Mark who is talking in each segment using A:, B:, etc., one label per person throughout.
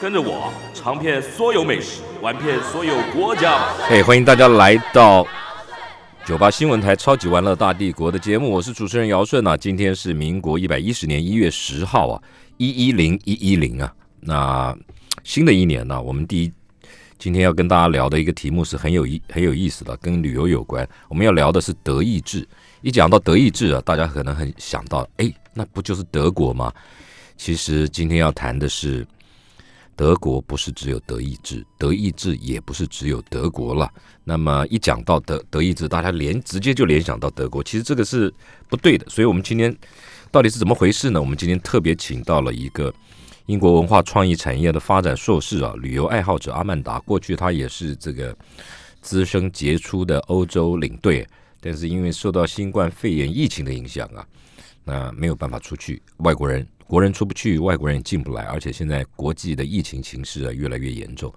A: 跟着我尝遍所有美食，玩遍所有国家吧！
B: 嘿哎欢迎大家来到九八新闻台《超级玩乐大帝国》的节目，我是主持人姚顺啊。今天是民国一百一十年一月十号啊，一一零一一零啊。那新的一年啊呢、我们第一今天要跟大家聊的一个题目是很有意很有意思的，跟旅游有关。我们要聊的是德意志。一讲到德意志啊，大家可能很想到，哎，那不就是德国吗？其实今天要谈的是德国不是只有德意志，德意志也不是只有德国了。那么一讲到德德意志，大家联直接就联想到德国，其实这个是不对的。所以我们今天到底是怎么回事呢？我们今天特别请到了一个英国文化创意产业的发展硕士啊，旅游爱好者阿曼达。过去他也是这个资深杰出的欧洲领队，但是因为受到新冠肺炎疫情的影响啊，那没有办法出去，外国人国人出不去，外国人也进不来，而且现在国际的疫情形势啊越来越严重。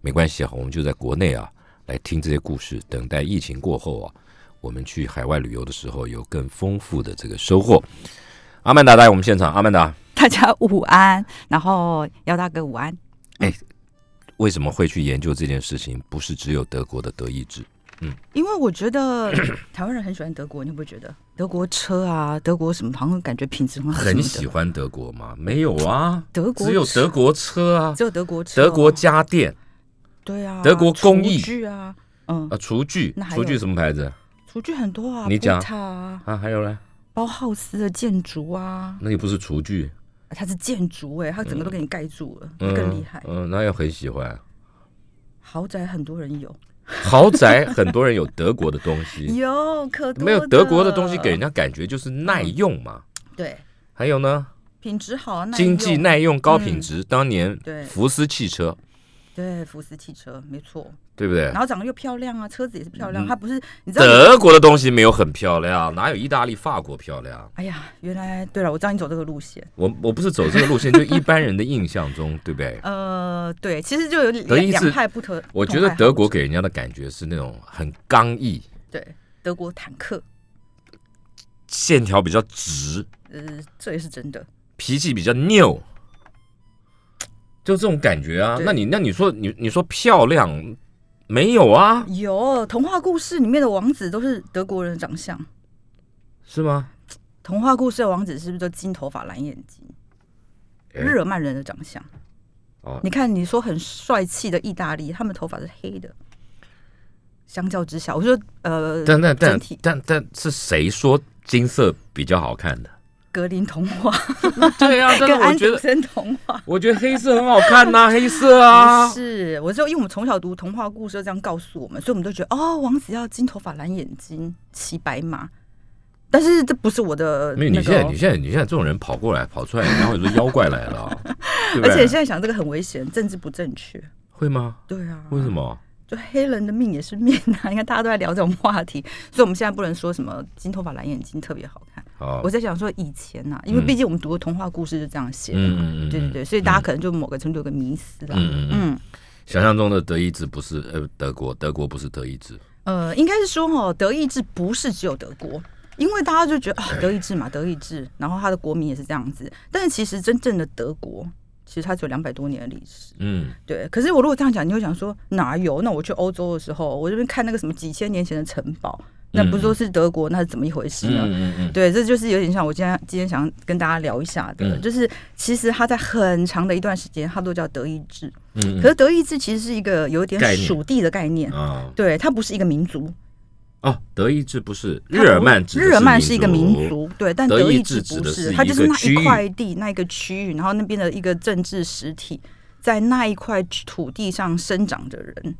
B: 没关系啊，我们就在国内啊来听这些故事，等待疫情过后啊，我们去海外旅游的时候有更丰富的这个收获。阿曼达在我们现场，阿曼达
C: 大家午安，然后姚大哥午安。
B: 为什么会去研究这件事情？不是只有德国的德意志，
C: 因为我觉得 台湾人很喜欢德国，你会不会觉得德国车啊，德国什么，好像感觉品质很好什么
B: 很
C: 的
B: 喜欢德国吗？没有啊，
C: 德国
B: 只有德国车啊，
C: 只有德国车，
B: 德国家电
C: 对啊，
B: 德国工艺
C: 厨具啊，嗯
B: 啊，，厨具
C: 那，还有
B: 厨具什么牌子
C: 厨具很多啊，
B: 你讲
C: 布塔啊，
B: 啊？还有呢？
C: 包浩斯的建筑啊，
B: 那又不是厨具，
C: 它是建筑哎、它整个都给你盖住了，
B: 嗯
C: 更厉害。
B: 嗯，那又很喜欢。
C: 豪宅很多人有，
B: 豪宅很多人有德国的东西，
C: 有可多
B: 没有德国的
C: 的
B: 东西给人家感觉就是耐用嘛。
C: 对
B: 还有呢，
C: 品质好，啊耐
B: 经济
C: 用嗯
B: 耐用、高品质。当年
C: 对
B: 福斯汽车，
C: 对福斯汽车没错。
B: 对不对
C: 然？后长得又漂亮啊，车子也是
B: 嗯
C: 漂亮，它不是你知道你。
B: 德国的东西没有很漂亮，哪有意大利、法国漂亮？
C: 哎呀，原来对了，我知道你走这个路线。
B: 我我不是走这个 路线，就一般人的印象中，对不对？
C: 呃，对，其实就有
B: 德意
C: 两
B: 志
C: 两派不同。
B: 我觉得德国给人家的感觉是那种很刚毅，
C: 对德国坦克，
B: 线条比较直，
C: 呃，这也是真的。
B: 脾气比较拗，就这种感觉啊。
C: 对
B: 那你那你说你你说漂亮没有啊？
C: 有童话故事里面的王子都是德国人的长相，
B: 是吗？
C: 童话故事的王子是不是都金头发蓝眼睛？
B: 哎
C: 日耳曼人的长相，
B: 哦
C: 你看你说很帅气的意大利，他们头发是黑的。相较之下，我觉得呃，
B: 但但但
C: 整体
B: 但但是谁说金色比较好看的？
C: 格林童话
B: 对啊，但
C: 跟
B: 是我
C: 安
B: 觉
C: 徒
B: 得
C: 生童话
B: 我觉得黑色很好看 呐、黑色啊
C: 不。是，我就因为我们从小读童话故事，就这样告诉我们，所以我们都觉得哦，王子要金头发、蓝眼睛、骑白马。但是这不是我的
B: 没
C: 那
B: 有，
C: 个
B: 你现在
C: 哦、
B: 你现在你现在这种人跑过来跑出来，然后你说妖怪来了 啊，对不
C: 而且
B: 对？
C: 现在想这个很危险，政治不正确。
B: 会吗？
C: 对啊，
B: 为什？么？
C: 就黑人的命也是命啊！你看大家都在聊这种话题，所以我们现在不能说什么金头发、蓝眼睛特别好看。
B: 啊
C: 我，在想说以前呐、因为毕竟我们读的童话故事是这样写的嘛，
B: 嗯嗯嗯嗯嗯
C: 对对对，所以大家可能就某个程度有个迷思啦。
B: 嗯嗯嗯
C: 嗯
B: 想象中的德意志不是呃德国，德国不是德意志，
C: 呃，应该是说哦，德意志不是只有德国，因为大家就觉得啊、德意志嘛，德意志，然后它的国民也是这样子。但是其实真正的德国，其实它只有两百多年的历史。
B: 嗯，
C: 对，可是我如果这样讲，你会想说哪有？那我去欧洲的时候，我这边看那个什么几千年前的城堡，那不是说是德国，那是怎么一回事呢？
B: 嗯嗯
C: 对，这就是有点像我今天今天想跟大家聊一下的，
B: 嗯
C: 就是其实它在很长的一段时间，它都叫德意志。
B: 嗯
C: 可是德意志其实是一个有点
B: 概念
C: 属地的概念，
B: 啊
C: 对，它不是一个民族，
B: 哦，德意志不是
C: 它
B: 日耳曼
C: 不
B: 指的
C: 日耳曼是一个民，族，对，但
B: 德
C: 德
B: 意
C: 意
B: 志
C: 志
B: 指
C: 不
B: 的是
C: 是，
B: 一
C: 它就
B: 个
C: 是那
B: 区
C: 一
B: 域
C: 块地、那一个区域，然后那边的一个政治实体，在那一块土地上生长的人，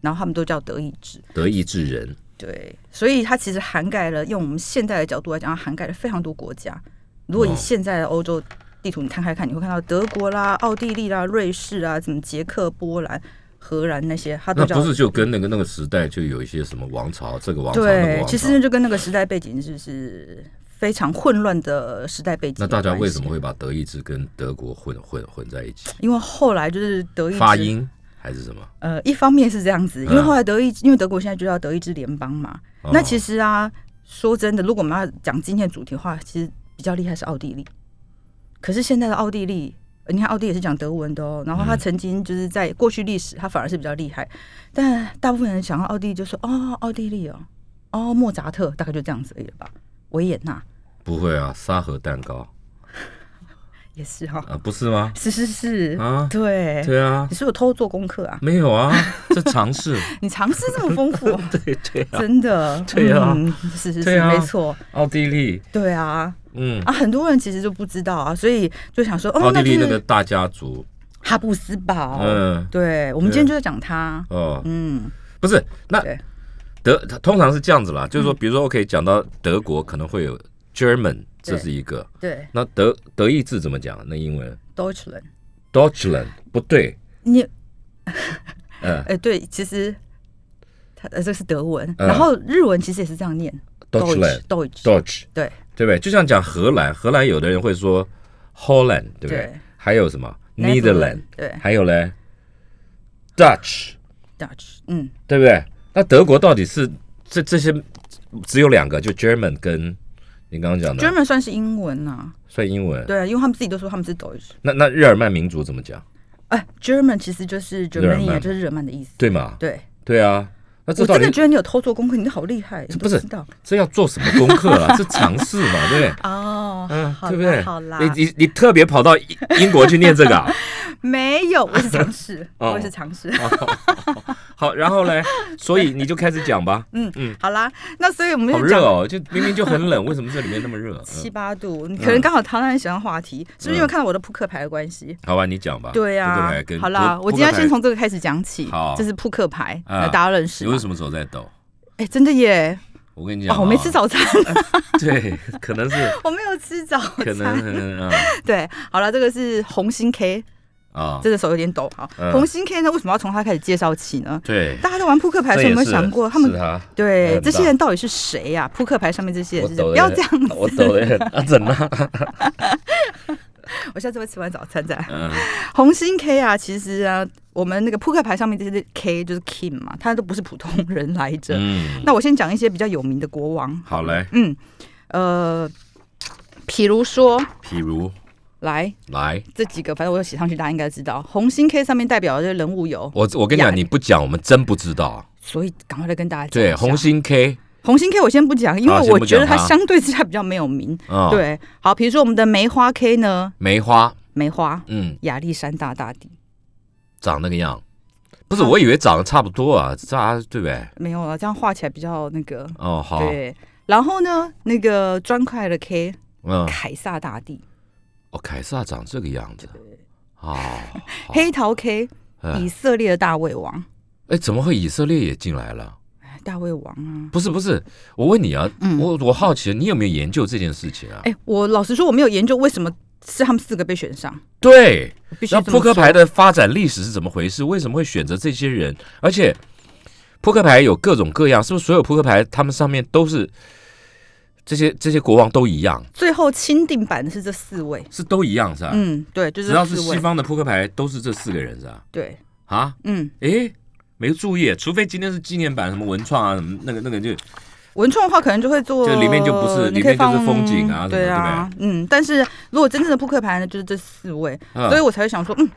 C: 然后他们都叫德意志。
B: 德意志人，
C: 对，所以它其实涵盖了，用我们现在的角度来讲，它涵盖了非常多国家。如果
B: 哦
C: 以现在的欧洲啊地图你摊开看，你会看到德国啦、奥地利啦、瑞士啦、什么捷克、波兰、荷兰那些，它
B: 那
C: 都叫
B: 不是就跟那个那个时代就有一些什么王朝，这个王朝那个
C: 对
B: 王，朝，
C: 其实就跟那个时代背景就是非常混乱的时代背景。
B: 那大家为什么？会把德意志跟德国混混混在一起？
C: 因为后来就是德意志
B: 发音还是什么？
C: 呃，一方面是这样子，因为后来德意，因为德国现在就叫德意志联邦嘛。
B: 哦
C: 那其实啊，说真的，如果我们要讲今天的主题的话，其实比较厉害是奥地利。可是现在的奥地利，呃你看奥地利也是讲德文的哦。
B: 嗯
C: 然后他曾经就是在过去历史，他反而是比较厉害。但大部分人想到奥地利就说哦，奥地利哦，哦，莫扎特大概就这样子而已了吧。维也纳
B: 不会啊，沙河蛋糕
C: 也是哈、
B: 啊，不是吗？
C: 是是是，
B: 啊
C: 对，
B: 对啊
C: 你，是有偷做功课啊？
B: 没有 啊，这尝试，
C: 你尝试这么丰 富、 哦。
B: 对对啊，
C: 真的，
B: 对啊
C: 嗯、是是
B: 对
C: 是，
B: 啊
C: 没错，
B: 奥地利，
C: 对啊，
B: 嗯，
C: 啊，很多人其实就不知道啊，所以就想说，哦，
B: 奥地利
C: 就
B: 那
C: 是
B: 个大家族，
C: 哈布斯堡，
B: 嗯，
C: 对，我们
B: 对
C: 今天就在讲他，
B: 哦，
C: 嗯，
B: 不是，那
C: 对嗯
B: 德通常是这样子啦，就是说，比如说，OK，讲到德国可能会有 German，这
C: 对
B: 是一个，
C: 对
B: 那德德意志怎么讲？那英文
C: ，Deutschland，
B: Deutschland 不对，呃
C: 你，
B: 嗯
C: 哎、对，其实他呃这是德文，
B: 嗯
C: 然后日文其实也是这样念
B: Deutschland
C: ，Deutsch，
B: Deutsch，
C: 对
B: 对不对？就像讲荷兰，荷兰有的人会说 Holland，对不对？
C: 对
B: 还有什么 Netherland，
C: 对
B: 还有嘞 Dutch，
C: ，Dutch，嗯，
B: 对不对？那德国到底是这这些只有两个，就 German 跟你刚刚讲的
C: German 算是英文啊，
B: 算英文。
C: 对啊，因为他们自己都说他们是 Deutsch，
B: 那那日耳曼民族怎么讲？
C: 哎、g e r m a n 其实就是
B: 日耳曼
C: Germany，啊就是日耳曼的意思，
B: 对吗？
C: 对。
B: 对啊，那这
C: 我
B: 到
C: 真的
B: 底
C: 觉得你有偷做功课，你好厉害，你
B: 不是
C: 知道
B: 这要做什么功课 啊？这尝试嘛，对不对？
C: 哦，
B: 嗯，
C: 好
B: 对不
C: 啦
B: 对？
C: 好啦，
B: 你你你特别跑到英英国去念这个、啊，
C: 没有，我是 尝试，
B: 哦
C: 我也是尝试。
B: 好，然后嘞，所以你就开始讲吧。
C: 好啦，那所以我们
B: 嗯好
C: 就
B: 热
C: 讲
B: 哦，就明明就很冷，为什么这里面那么热？
C: 七
B: 嗯、
C: 八度，你可能刚好谈到你喜欢的话题，是不是因为看到我的扑克牌的关系？
B: 好吧，你讲吧。
C: 对
B: 扑克
C: 啊
B: 牌跟，
C: 好啦，
B: 扑
C: 我今天
B: 扑
C: 先。
B: 克
C: 从这个开始讲起
B: 好，
C: 这是扑克牌，
B: 啊
C: 呃大家认
B: 牌
C: 识
B: 你
C: 吧
B: 为。什么手在抖？
C: 哎，真的耶！
B: 我跟你讲、啊
C: 哦，我没吃。早餐，
B: 对，可能是，
C: 我没有吃早
B: 可能
C: 餐。
B: 嗯
C: 对，好了，这个是红心 K，
B: 啊，
C: 这个手有点抖哈
B: 嗯。
C: 红心 K 呢，为什么要从它开始介绍起呢？
B: 对，
C: 大家在玩扑克牌的
B: 这
C: 时
B: 也
C: 候有没有
B: 是
C: 想过，他
B: 是
C: 们
B: 他
C: 对
B: 很
C: 这些
B: 大
C: 人到底是谁呀？扑克牌上面这些
B: 我
C: 人是谁，
B: 抖
C: 不
B: 得
C: 要
B: 很
C: 这 样子。
B: 我抖 的很啊，怎了？
C: 我下次会吃完早餐再来。
B: 嗯，
C: 红心 K 啊，其实啊，我们那个扑克牌上面这些 K 就是 King 嘛，他都不是普通人来着。
B: 嗯，
C: 那我先讲一些比较有名的国王，
B: 好嘞，
C: 嗯，呃，比如说
B: 譬如
C: 来
B: 来，
C: 这几个，反正我有写上去，大家应该知道。红心 K 上面代表的这些人物有，
B: 我我跟你
C: 亚
B: 讲，你不讲，我们真不知道。
C: 所以赶快来跟大家讲一
B: 对，
C: 下。
B: 红心 K
C: 红心 K 我先不讲，因
B: 好
C: 为
B: 先
C: 我
B: 不
C: 觉得
B: 讲
C: 它
B: 它
C: 相对之下比较没有名。
B: 啊，，
C: 对，好，比如说我们的梅花 K 呢，
B: 梅花，
C: 梅花
B: 嗯，
C: 亚历山大大帝
B: 长那个样，不是，我以为长得差不多啊，差对不对？
C: 没有了，啊这样画起来比较那个。
B: 哦，好，
C: 对，然后呢，那个砖块的 K
B: 嗯，
C: 凯撒大帝，
B: 哦，凯撒长这个样子，哦， 好
C: 黑桃 K 以
B: 嗯
C: 色列的大卫王，
B: 哎，怎么会以色列也进来了？
C: 哎大卫王啊。
B: 不是不是，我问你啊，
C: 嗯
B: 我我好奇，你有没有研究这件事情啊？
C: 哎，我老实说，我没有研究为什么是他们四个被选上，
B: 对，
C: 我必须
B: 那
C: 这
B: 扑
C: 么
B: 克
C: 说
B: 牌的发展历史是怎么回事？为什么会选择这些人？而且扑克牌有各种各样，是不是所有扑克牌他们上面都是这些这些国王都一样，
C: 最后钦定版的是这四位。
B: 是都一样是吧？
C: 嗯，对，就是
B: 啊只要
C: 这
B: 是
C: 四
B: 西
C: 位。
B: 方的扑克牌都是这四个人是吧？
C: 对，
B: 啊，
C: 嗯，
B: 诶，没注意，除非今天是纪念版，什么文创啊，什么那个那个就
C: 文创的话可能就会做，
B: 就里面就不是
C: 你
B: 里面
C: 可以放
B: 就是风景啊什么
C: 对啊，嗯，但是如果真正的扑克牌呢，就是这四位，
B: 嗯
C: 所以我才会想说，嗯，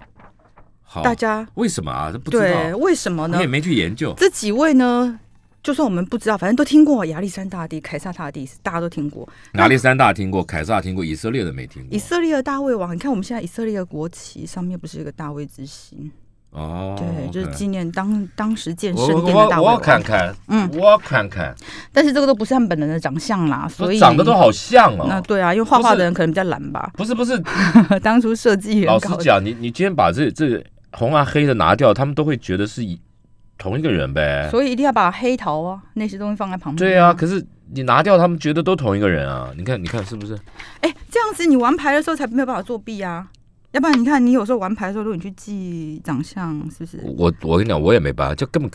B: 好。
C: 大家
B: 为什么啊？这不知
C: 对
B: 道，
C: 为什么呢
B: 你也？没去研究。
C: 这几位呢，就算我们不知道，反正都听过亚历山大帝、凯撒大帝，大家都听过。
B: 亚历山大听过，凯撒听过，以色列的没听过
C: 以。色列的大卫王，你看我们现在以色列的国旗上面不是有一个大卫之星？
B: 哦，
C: 对，就是
B: OK
C: 纪念当当时建
B: 我
C: 圣殿的
B: 我
C: 大
B: 我
C: 卫
B: 我看
C: 王。
B: 看，
C: 嗯
B: 我看看，
C: 但是这个都不是他们本人的长相啦，所以
B: 长得都。好像
C: 那
B: 哦。
C: 对啊，因为画画的人可能比较懒吧，
B: 不是不是，
C: 当初设计
B: 老
C: 原
B: 实
C: 稿。
B: 讲，你你今天把这这红啊黑的拿掉，他们都会觉得是一同一个人呗。
C: 所以一定要把黑桃啊那些东西放在旁边。
B: 哎对啊，，可是你拿掉，他们觉得都同一个人啊。你看，你看是不是？
C: 哎，这样子你玩牌的时候才没有办法作弊啊，要不然你看，你有时候玩牌的时候，如果你去记长相，是不是？
B: 我我跟你讲，我也没办法，就根本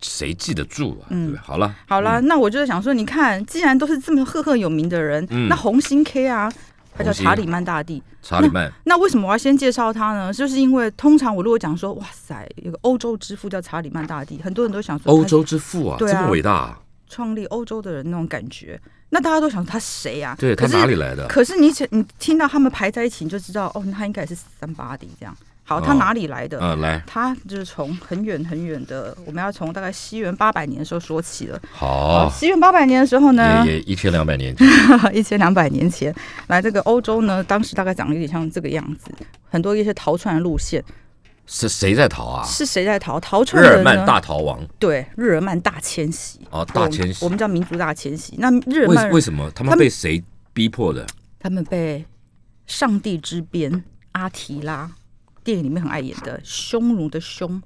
B: 谁记得住啊？
C: 嗯
B: 对不对？好了，
C: 好啦，那我就是想说，你看，既然都是这么赫赫有名的人，
B: 嗯
C: 那红星 K 啊，他叫
B: 红星
C: 查理曼大帝，
B: 查理曼，
C: 那为什么我要先介绍他呢？就是因为通常我如果讲说，哇塞，有个欧洲之父叫查理曼大帝，很多人都想说
B: 欧
C: 他
B: 洲之父啊，
C: 对啊
B: 这么伟大、啊，
C: 创立欧洲的人那种感觉，那大家都想说他谁呀、
B: 对他
C: 可是
B: 哪里来的？
C: 可是你只你听到他们排在一起，你就知道哦，那他应该也是三八的这样。好，他
B: 哦
C: 哪里来的？
B: 嗯，来，
C: 他就是从很远很远的，我们要从大概西元八百年的时候说起了。
B: 好，
C: 西元八百年的时候呢，
B: 哦也也一千两百年前，
C: 一千两百年前来这个欧洲呢，当时大概长得有点像这个样子，很多一些逃窜的路线。
B: 是谁在逃啊？
C: 是谁在逃？逃
B: 日
C: 窜的
B: 耳
C: 呢？
B: 曼大逃亡
C: 对日耳曼大迁徙
B: 哦，大迁
C: 我们，我
B: 徙，
C: 们叫民族大迁徙。那日耳曼
B: 为为
C: 人
B: 什么他
C: 他
B: 们
C: 们
B: 被谁逼迫的？
C: 他们被上帝之鞭阿提拉电影里面很爱演的匈奴的匈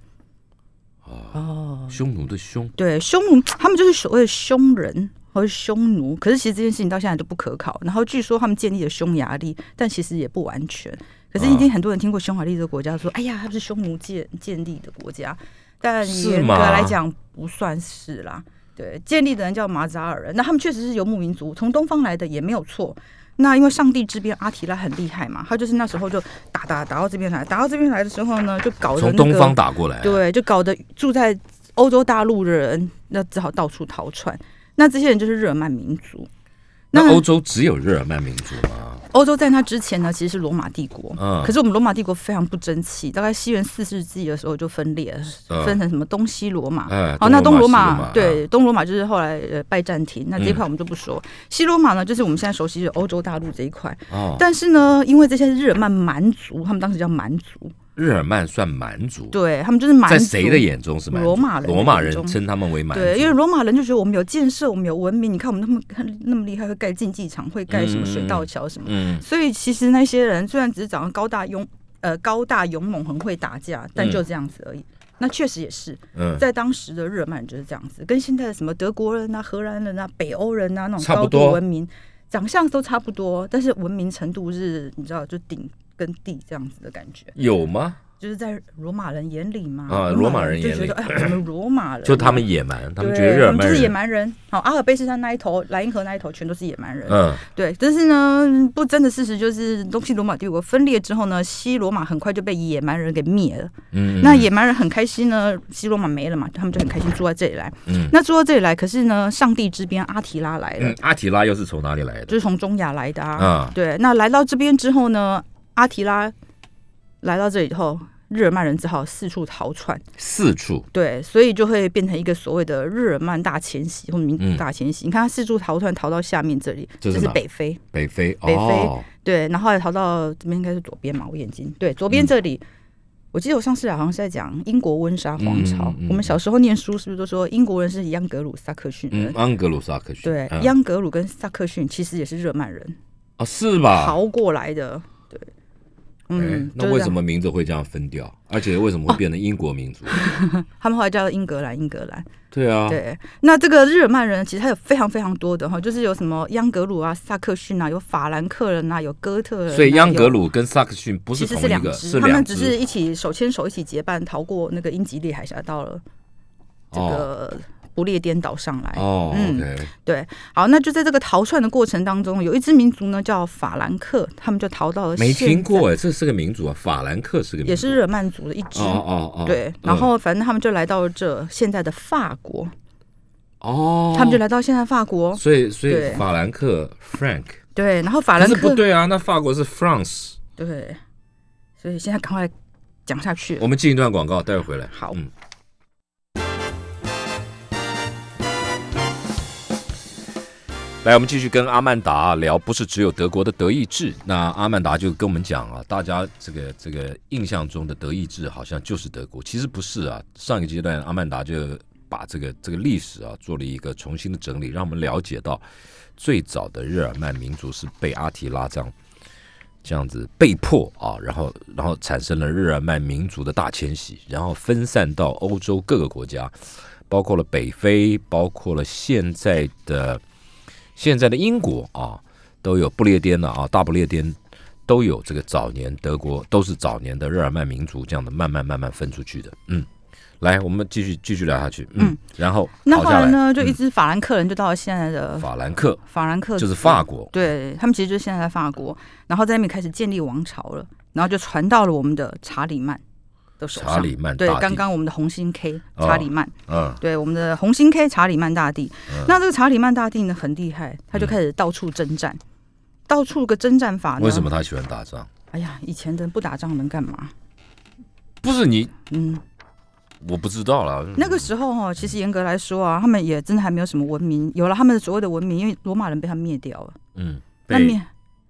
C: 哦，
B: 匈奴的匈，
C: 对匈奴，他们就是所谓的匈人。或是匈奴，可是其实这件事情到现在都不可考。然后据说他们建立了匈牙利，但其实也不完全。可是一定很多人听过匈牙利这个国家，说：“哎呀，它是匈奴建建立的国家。”但
B: 是
C: 严格
B: 吗
C: 来讲不算是啦。对，建立的人叫马扎尔人，那他们确实是游牧民族，从东方来的也没有错。那因为上帝之鞭阿提拉很厉害嘛，他就是那时候就打打打到这边来，打到这边来的时候呢，就搞得、哦那
B: 从
C: 个、
B: 东方打过来，
C: 对，就搞得住在欧洲大陆的人，那只好到处逃窜。那这些人就是日耳曼民族。
B: 那
C: 那
B: 欧洲只有日耳曼民族吗？
C: 欧洲在那之前呢，其实是罗马帝国。
B: 嗯
C: 可是我们罗马帝国非常不争气，大概西元四世纪的时候就分裂了，
B: 嗯
C: 分成什么东西罗马。
B: 哎，
C: 哦，那东罗
B: 西啊
C: 马对东罗马就是后来呃拜占庭，那这一块
B: 嗯
C: 我们就不说。西罗马呢，就是我们现在熟悉的欧洲大陆这一块。
B: 哦，
C: 但是呢，因为这些日耳曼蛮族，他们当时叫蛮族，
B: 日耳曼算蛮族，
C: 对他们就是蛮族。
B: 在谁的眼中是蛮族？
C: 罗马人的
B: 罗马
C: 眼中
B: 人称他们为蛮族，
C: 对，因为罗马人就觉得我们有建设，我们有文明，你看我们那么看那么厉害，会盖竞技场，会盖什么水道桥什么，
B: 嗯，
C: 所以其实那些人虽然只是长得高大勇，呃，高大勇猛，很会打架，但
B: 嗯
C: 就这样子而已。那确实也是
B: 嗯，
C: 在当时的日耳曼人就是这样子，跟现在的什么德国人啊、荷兰人啊、北欧人啊那种
B: 差不
C: 高
B: 多
C: 度文明，长相都差不多，但是文明程度是你知道就顶跟地这样子的感觉，
B: 有吗？
C: 就是在罗马人眼里嘛，
B: 啊罗马人
C: 就
B: 眼
C: 觉
B: 里
C: 得哎，我们罗马人
B: 就他们野蛮，他们
C: 对
B: 觉得日耳曼
C: 他们就是野
B: 人，
C: 蛮人。好，阿尔卑斯山那一头，莱茵河那一头，全都是野蛮人。
B: 嗯，
C: 对，但是呢，不争的事实就是，东西罗马帝国分裂之后呢，西罗马很快就被野蛮人给灭了。
B: 嗯，
C: 那野蛮人很开心呢，西罗马没了嘛，他们就很开心住在这里来。
B: 嗯
C: 那住到这里来，可是呢，上帝之鞭阿提拉来了，
B: 嗯阿提拉又是从哪里来的？
C: 就是从中亚来的啊。
B: 啊，
C: 对，那来到这边之后呢，阿提拉来到这里以后，日耳曼人只好四处逃窜。
B: 四处，
C: 对，所以就会变成一个所谓的日耳曼大迁徙或民族大迁徙。你看，他四处逃窜，逃到下面这里，
B: 嗯这是
C: 是
B: 哪
C: 北非，
B: 北非，
C: 北非
B: 哦，
C: 对，然后也逃到这边应该是左边嘛，我眼睛对，左
B: 嗯
C: 边这里。我记得我上次好像是在讲英国温莎皇朝，
B: 嗯嗯嗯
C: 我们小时候念书是不是都说英国人是央格鲁撒克逊人？
B: 嗯，安格鲁萨克逊，
C: 呃对，
B: 嗯
C: 央格鲁跟萨克逊其实也是日耳曼人
B: 啊，是吧？
C: 逃过来的，对，
B: 哎
C: 嗯，
B: 那
C: 就是
B: 为
C: 这
B: 什
C: 样
B: 么名字会这样分掉？而且为什么会变成英国民族？
C: 他们后来叫英格兰？英格兰，
B: 对啊，
C: 哦对，那这个日耳曼人其实他有非常非常多的哈，就是有什么央格鲁啊、萨克逊啊，有法兰克人啊，有哥特人啊、
B: 所以央格
C: 有
B: 鲁跟萨克逊不
C: 其
B: 是
C: 实
B: 同
C: 是
B: 一
C: 两
B: 个，
C: 支，他们只是一起手牵手一起结伴逃过那个英吉利海峡，到了这
B: 哦
C: 个不列颠岛上来。
B: 哦
C: 嗯
B: ，OK，
C: 好，那就在这个逃窜的过程当中，有一支民族呢叫法兰克，他们就逃到了
B: 没
C: 现
B: 听过
C: 在，
B: 哎，这是个民族啊，法兰克是个民族，
C: 也是日耳曼族的一支。
B: 哦哦哦，
C: 对
B: 嗯，
C: 然后反正他们就来到这现在的法国，
B: 哦，
C: 他们就来到现在法国。
B: 所以，所以
C: 对
B: 法兰克 Frank，
C: 对，然后法
B: 可
C: 兰
B: 是
C: 克
B: 不对啊，那法国是 France。
C: 对，所以现在赶快讲下去
B: 我。们进一段广告，待会回来。
C: 好
B: 嗯。来，我们继续跟阿曼达聊，不是只有德国的德意志。那阿曼达就跟我们讲啊，大家这个这个印象中的德意志好像就是德国，其实不是啊。上一个阶段，阿曼达就把这个这个历史啊做了一个重新的整理，让我们了解到最早的日耳曼民族是被阿提拉这样这样子被迫啊，然后然后产生了日耳曼民族的大迁徙，然后分散到欧洲各个国家，包括了北非，包括了现在的现在的英国啊，都有不列颠了啊，大不列颠都有这个早年德国都是早年的日耳曼民族这样的慢慢慢慢分出去的。嗯，来，我们继续继续聊下去。嗯，
C: 嗯
B: 然后
C: 那
B: 跑
C: 后
B: 下
C: 来
B: 来
C: 呢，就一
B: 嗯
C: 直法兰克人就到了现在的
B: 法兰克
C: 法兰克，
B: 就是法。国，
C: 对他们其实就是现在的法国，然后在那边开始建立王朝了，然后就传到了我们的查理曼的手上。
B: 查理曼
C: 对
B: 大，帝
C: 刚刚我们的红心 K
B: 哦
C: 查理曼，
B: 嗯，
C: 对我们的红心 K 查理曼大帝。
B: 嗯
C: 那这个查理曼大帝呢很厉害，他就
B: 嗯
C: 开始到处征战，到处个征战法呢。
B: 为什么？他喜欢打仗？
C: 哎呀，以前的人不打仗能干嘛？
B: 不是你，
C: 嗯，
B: 我不知道啦。
C: 那个时候哈、哦，其实严格来说啊，他们也真的还没有什么文明，有了他们的所谓的文明，因为罗马人被他们灭掉了，
B: 嗯，
C: 那
B: 被
C: 灭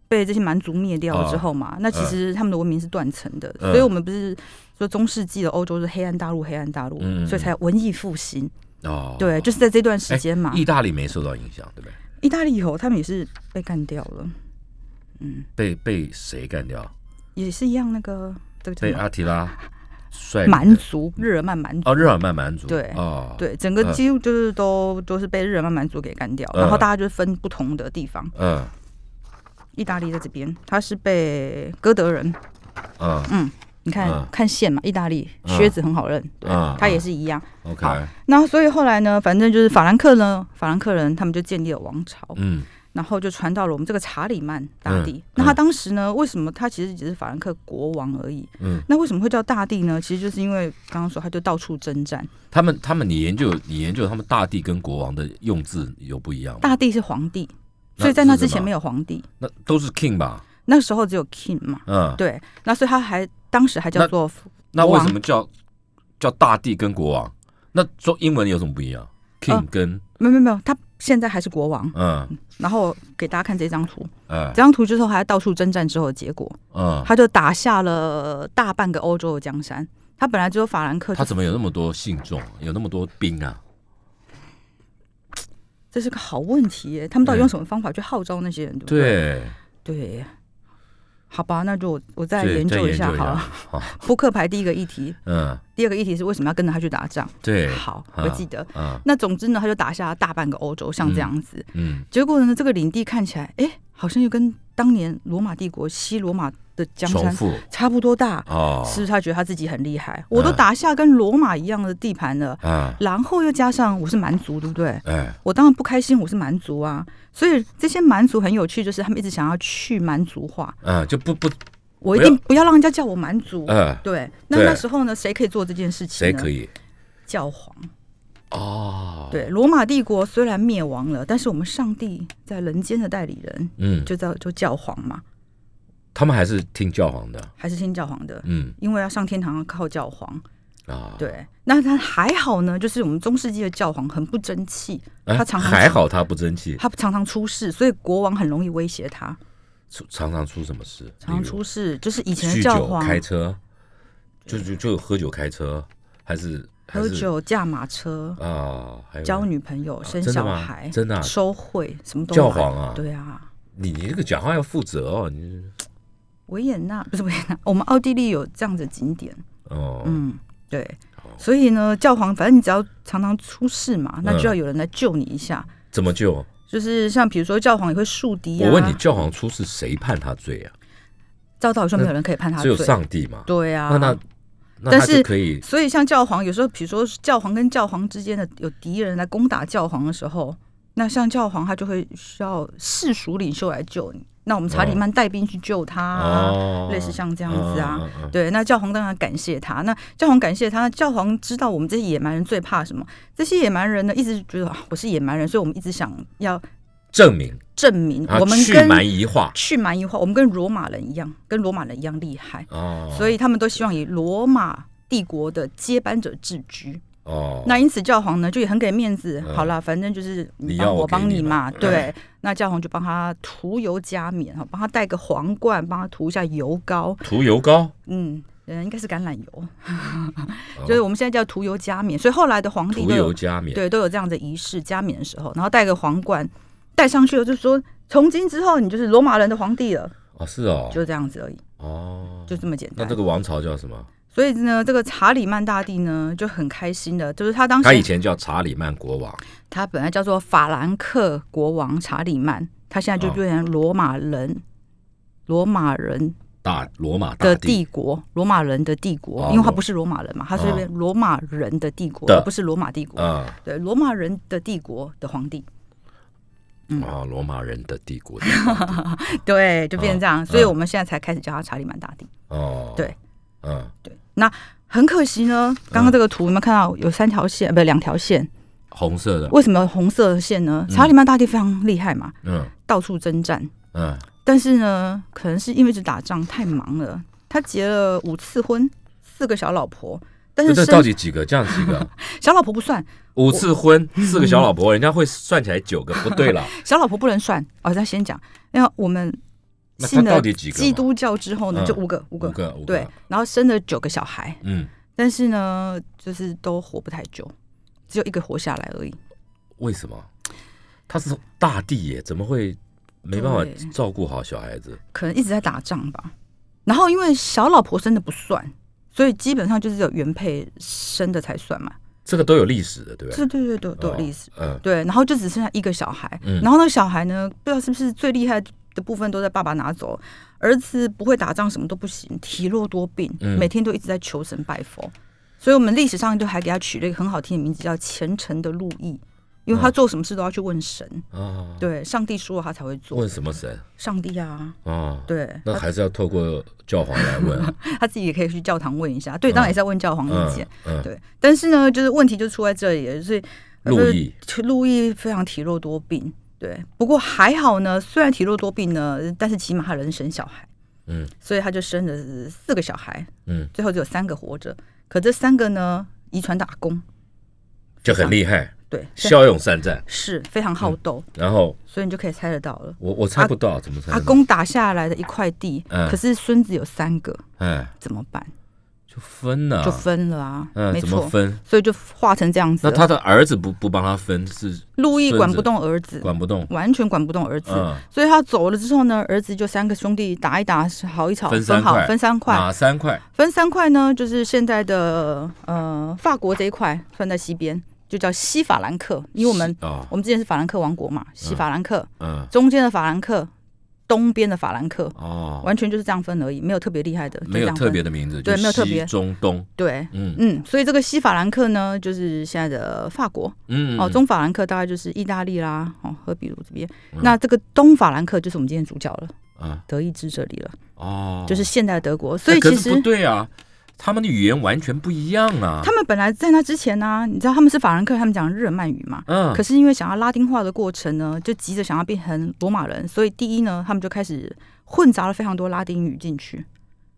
C: 被这些蛮族灭掉了之后嘛，那其实他们的文明是断层的，
B: 嗯
C: 所以我们不是说中世纪的欧洲是黑暗大陆，黑暗大陆，
B: 嗯
C: 所以才有文艺复兴，
B: 哦，哎
C: 对，就是在这段时间嘛，
B: 意大利没受到影响，对不对？
C: 意大利以后他们也是被干掉了，嗯，
B: 被被谁干掉？
C: 也是一样那个这个叫
B: 被
C: 什么
B: 阿提拉率领的
C: 蛮族日耳曼蛮族。
B: 哦，日耳曼蛮族
C: 对
B: 哦，，
C: 对，整个
B: 嗯
C: 几乎就是都都是被日耳曼蛮族给干掉，
B: 嗯
C: 然后大家就分不同的地方，
B: 嗯
C: 意大利在这边，他是被哥德人，
B: 嗯
C: 你看、
B: 嗯
C: 看线嘛，意大利
B: 嗯
C: 靴子很好认，对，
B: 嗯
C: 他也
B: 嗯
C: 是一样。
B: ，OK，
C: 然后所以后来呢，反正就是法兰克呢，法兰克人他们就建立了王朝，
B: 嗯
C: 然后就传到了我们这个查理曼大帝。
B: 嗯
C: 那他当时呢，为什么他其实只是法兰克国王而已？
B: 嗯，
C: 那为什么会叫大帝呢？其实就是因为刚刚说他就到处征战，
B: 他们他们你研究你研究他们大帝跟国王的用字有不一样吗？
C: 大帝是皇帝，
B: 那
C: 所以在那之
B: 是什
C: 前
B: 么
C: 没有皇帝，
B: 那都是 king 吧？
C: 那时候只有 king 嘛，
B: 嗯，
C: 对，那所以他还当时还叫
B: 那
C: 做
B: 那
C: 国
B: 为
C: 王
B: 什么叫叫大帝跟国王？那中英文有什么不一样？king
C: 嗯
B: 跟
C: 没有没有没有，他现在还是国王。
B: 嗯
C: 然后给大家看这张图，
B: 哎
C: 这张图就是后来到处征战之后的结果，
B: 嗯，
C: 他就打下了大半个欧洲的江山。他本来只有法兰克，
B: 他怎么有那么多信众？有那么多兵啊？
C: 这是个好问题耶。他们到底
B: 嗯
C: 用什么方法去号召那些人？对不对
B: 对，
C: 对，好吧，那就我我再
B: 对
C: 研
B: 再
C: 究一
B: 研
C: 下
B: 究一
C: 好
B: 下，
C: 了。
B: 好，
C: 扑克牌第一个议题，
B: 嗯，
C: 第二个议题是为什么要跟着他去打仗？
B: 对，
C: 好，
B: 嗯
C: 我记得。
B: 嗯
C: 那总之呢，他就打下大半个欧洲，像这样子。
B: 嗯
C: 结果呢，这个领地看起来，哎，好像又跟当年罗马帝国西罗马的江
B: 重
C: 山
B: 复
C: 差不多大，
B: 哦，
C: 是不是他觉得他自己很厉害？我都
B: 嗯
C: 打下跟罗马一样的地盘了，
B: 啊，
C: 然后又加上我是蛮族，对不对？
B: 哎，
C: 我当然不开心，我是蛮族啊。所以这些蛮族很有趣，就是他们一直想要去蛮族化，
B: 啊，就不不，
C: 我一定不要让人家叫我蛮族。
B: 呃，
C: 对，那
B: 对
C: 那时候呢，谁可以做这件事情
B: 谁
C: 呢？
B: 可？以？
C: 教皇。
B: 哦，
C: 对，罗马帝国虽然灭亡了，但是我们上帝在人间的代理人
B: 嗯，
C: 就叫就教皇嘛，
B: 他们还是听教皇的，
C: 还是听教皇的，
B: 嗯
C: 因为要上天堂要靠教皇。
B: 啊，，
C: 对，那他还好呢，就是我们中世纪的教皇很不争气，
B: 哎
C: 他常常
B: 还好他不争气，
C: 他常常出事，所以国王很容易威胁
B: 哎
C: 他。
B: 出常常出什么事？
C: 常常
B: 例如
C: 出事，就是以前的
B: 酗
C: 教
B: 酒
C: 皇
B: 开车，就就就有喝酒开车，还是还
C: 喝
B: 是
C: 酒、驾马车、
B: 啊，还有
C: 交女朋友、生
B: 真的
C: 小
B: 吗
C: 孩、
B: 真的啊
C: 收贿，什么都
B: 教
C: 来
B: 皇啊
C: 对啊，
B: 你你这个讲话要负责哦，你
C: 嗯维也纳不是维也纳，我们奥地利有这样的景点，
B: 哦，
C: 嗯，对。所以呢，教皇反正你只要常常出事嘛，那
B: 嗯
C: 就要有人来救你一下。
B: 怎么救？
C: 就是像比如说教皇也会树敌啊。
B: 我问你，，教皇出事谁判他罪啊？
C: 照道理说没有人可以判他
B: 只有
C: 罪，
B: 上帝嘛。
C: 对啊。
B: 那那那
C: 但
B: 他就是可以
C: 所以，像教皇有时候，比如说教皇跟教皇之间的有敌人来攻打教皇的时候，那像教皇他就会需要世俗领袖来救你。那我们查理曼带兵去救他、啊，
B: 哦，
C: 类似像这样子啊。
B: 嗯，嗯嗯嗯
C: 对，那教皇当然感谢他。那教皇感谢他，教皇知道我们这些野蛮人最怕什么？这些野蛮人呢，一直觉得、啊、我是野蛮人，所以我们一直想要
B: 证明
C: 证明
B: 啊
C: 我们
B: 去
C: 跟
B: 蛮夷化
C: 去蛮夷化，我们跟罗马人一样，跟罗马人一样厉害，
B: 哦，
C: 所以他们都希望以罗马帝国的接班者自居。
B: 哦，
C: 那因此教皇呢就也很给面子，
B: 嗯
C: 好啦，反正就是嗯
B: 你
C: 帮
B: 要
C: 我
B: 我给
C: 帮
B: 你
C: 你嘛，
B: 嘛嗯
C: 对。那教皇就帮他涂油加冕哈，帮他戴个皇冠，帮他涂一下油膏，
B: 涂油膏
C: 嗯。嗯，应该是橄榄油， 就是我们现在叫涂油加冕，所以后来的皇帝
B: 哦涂
C: 都有
B: 油加冕，
C: 对都有这样的仪式，加冕的时候，然后戴个皇冠戴上去了，就说从今之后你就是罗马人的皇帝了，
B: 哦，是哦，
C: 就这样子而已，
B: 哦，
C: 就这么简
B: 那
C: 单
B: 这。个王朝叫什么？
C: 所以呢，这个查理曼大帝呢就很开心的，就是他当时
B: 他以前叫查理曼国王，
C: 他本来叫做法兰克国王查理曼，他现在就
B: 哦
C: 变成罗马人罗马人
B: 大罗马大
C: 的
B: 帝
C: 帝国，罗马人的帝国
B: 哦，
C: 因为他
B: 罗
C: 不是罗马人嘛，他是
B: 哦
C: 被罗马人的帝国，
B: 的
C: 而不是罗马帝国。
B: 啊
C: 对，罗马人的帝国的皇帝， 嗯
B: 啊，罗马人的帝 国
C: 对，就变成这样，所以
B: 嗯
C: 我们现在才开始叫他查理曼大帝。
B: 哦，
C: 对，
B: 嗯，
C: 很可惜呢，刚刚这个图有没有看到有三条线，呃不两条线？
B: 红色的，
C: 为什么红色的线呢？查理曼大帝非常厉害嘛，
B: 嗯
C: 到处征战，
B: 嗯，
C: 但是呢，可能是因为是打仗太忙了，他结了五次婚，四个小老婆，但是
B: 这
C: 生
B: 到底几个？这样几个？
C: 小老婆不算，
B: 五次 婚，
C: 嗯
B: 四个小老婆，人家会算起来九个，不对啦。
C: 小老婆不能算。哦，那先讲，那我们
B: 那
C: 信
B: 他到
C: 了
B: 底几个嘛？
C: 基督教之后呢，
B: 嗯
C: 就五个， 五个
B: 五，个，五个
C: 对，，然后生了九个小孩，
B: 嗯，
C: 但是呢，就是都活不太久，只有一个活下来而已。
B: 为什么？他是大帝耶，怎么会没办法
C: 对
B: 照顾好小孩子？
C: 可能一直在打仗吧。然后因为小老婆生的不算，所以基本上就是有原配生的才算嘛。这
B: 这个都有历史的，对不对？
C: 对对对，都都有历史。
B: 哦。
C: 对，然后就只剩下一个小孩，
B: 嗯
C: 然后那个小孩呢，不知道是不是最厉害的部分都在爸爸拿走。儿子不会打仗，什么都不行，体弱多病，
B: 嗯
C: 每天都一直在求神拜佛。所以我们历史上就还给他取了一个很好听的名字，叫虔诚的路易，因为他做什么事都要去问神，
B: 嗯啊，
C: 对，上帝说了他才会做
B: 问，什么神
C: 上帝啊，
B: 啊？
C: 对，
B: 那还是要透过教皇来问 啊。
C: 他自己也可以去教堂问一下，对，当然也是要问教皇意见
B: 嗯，嗯，
C: 对。但是呢，就是问题就出在这里了，所以
B: 路易
C: 就是路易非常体弱多病，对。不过还好呢，虽然体弱多病呢，但是起码他能生小孩，
B: 嗯，
C: 所以他就生了四个小孩，
B: 嗯，
C: 最后只有三个活着。可这三个呢，遗传打工，
B: 就很厉害，
C: 对，
B: 骁勇善战。
C: 是非常好斗，
B: 然后
C: 所以你就可以猜得到了。
B: 我我猜不到怎么猜
C: 阿
B: 得到？
C: 公打下来的一块地，
B: 嗯
C: 可是孙子有三个，
B: 哎，
C: 怎么办？
B: 就分了，
C: 就分了啊，
B: 嗯，
C: 没
B: 怎么
C: 错。
B: 分？
C: 所以就画成这样子
B: 那
C: 了。
B: 他的儿子不不帮他分，是
C: 路易
B: 孙
C: 管
B: 子
C: 不动儿子，
B: 管不动，
C: 完全管不动儿子，
B: 嗯，
C: 所以他走了之后呢，儿子就三个兄弟打一打，好一吵，
B: 分
C: 分
B: 三
C: 好
B: 块，啊
C: 分三块，
B: 哪三块？
C: 分三块呢，就是现在的呃法国这一块算在西边，就叫西法兰克，因为我们
B: 哦，
C: 我们之前是法兰克王国嘛，西法兰克、
B: 嗯，
C: 中间的法兰克，东边的法兰克，
B: 哦，
C: 完全就是这样分而已，没有特别厉害的，就
B: 没
C: 这
B: 有
C: 样
B: 特
C: 分
B: 别的名字，
C: 对
B: 就
C: 没有特
B: 西
C: 别
B: 中东，
C: 对。
B: 嗯
C: 嗯，所以这个西法兰克呢，就是现在的法国，
B: 嗯，
C: 哦，
B: 嗯
C: 中法兰克大概就是意大利啦，哦，和比如这边。
B: 嗯
C: 那这个东法兰克就是我们今天的主角了，
B: 啊，
C: 德意志这里了，
B: 哦，
C: 就是现代德国。所
B: 哎
C: 以
B: 可
C: 其
B: 是不
C: 实
B: 对啊，他们的语言完全不一样啊
C: 他，们本来在那之前呢、你知道他们是法兰克，他们讲日耳曼语嘛。
B: 嗯，
C: 可是因为想要拉丁化的过程呢，就急着想要变成罗马人，所以第一呢，他们就开始混杂了非常多拉丁语进去。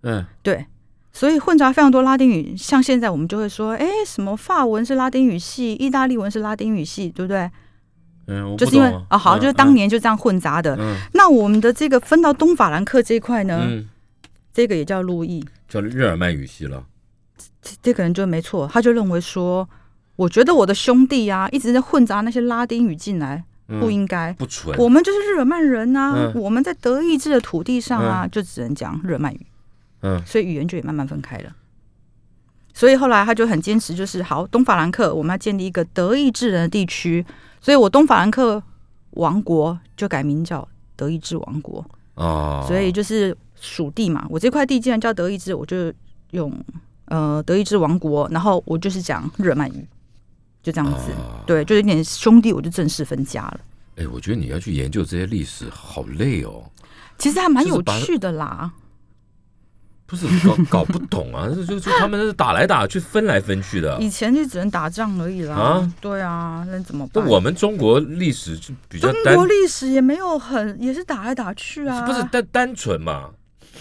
B: 嗯，
C: 对，所以混杂非常多拉丁语，像现在我们就会说，哎，什么法文是拉丁语系，意大利文是拉丁语系，对不对？
B: 嗯，我不
C: 就是因为
B: 懂啊
C: 啊，好，
B: 嗯
C: 就是当年就这样混杂的。
B: 嗯
C: 那我们的这个分到东法兰克这一块呢，
B: 嗯，
C: 这个也叫路易，
B: 叫日耳曼语系了，
C: 这这个人就没错，他就认为说，我觉得我的兄弟啊，一直在混杂那些拉丁语进来，
B: 嗯
C: 不应该。
B: 不纯，
C: 我们就是日耳曼人呐、啊，
B: 嗯
C: 我们在德意志的土地上啊，就只能讲日耳曼语，
B: 嗯
C: 所以语言就也慢慢分开了。所以后来他就很坚持，就是好，东法兰克我们要建立一个德意志人的地区，所以我东法兰克王国就改名叫德意志王国。
B: 哦，
C: 所以就是属地嘛，我这块地既然叫德意志，我就用呃德意志王国，然后我就是讲日耳曼语，就这样子。
B: 哦
C: 对，就有点兄弟，我就正式分家了。
B: 哎，我觉得你要去研究这些历史，好累哦。
C: 其实还蛮
B: 就是
C: 有
B: 把
C: 趣的啦，
B: 不是搞搞不懂啊， 就就就他们是打来打去，分来分去的。
C: 以前就只能打仗而已啦。
B: 呃啊
C: 对啊，那怎么
B: 那
C: 办？
B: 我们中国历史就比较
C: 中
B: 单
C: 国，历史也没有很，也是打来打去啊。哎
B: 不是单单纯嘛？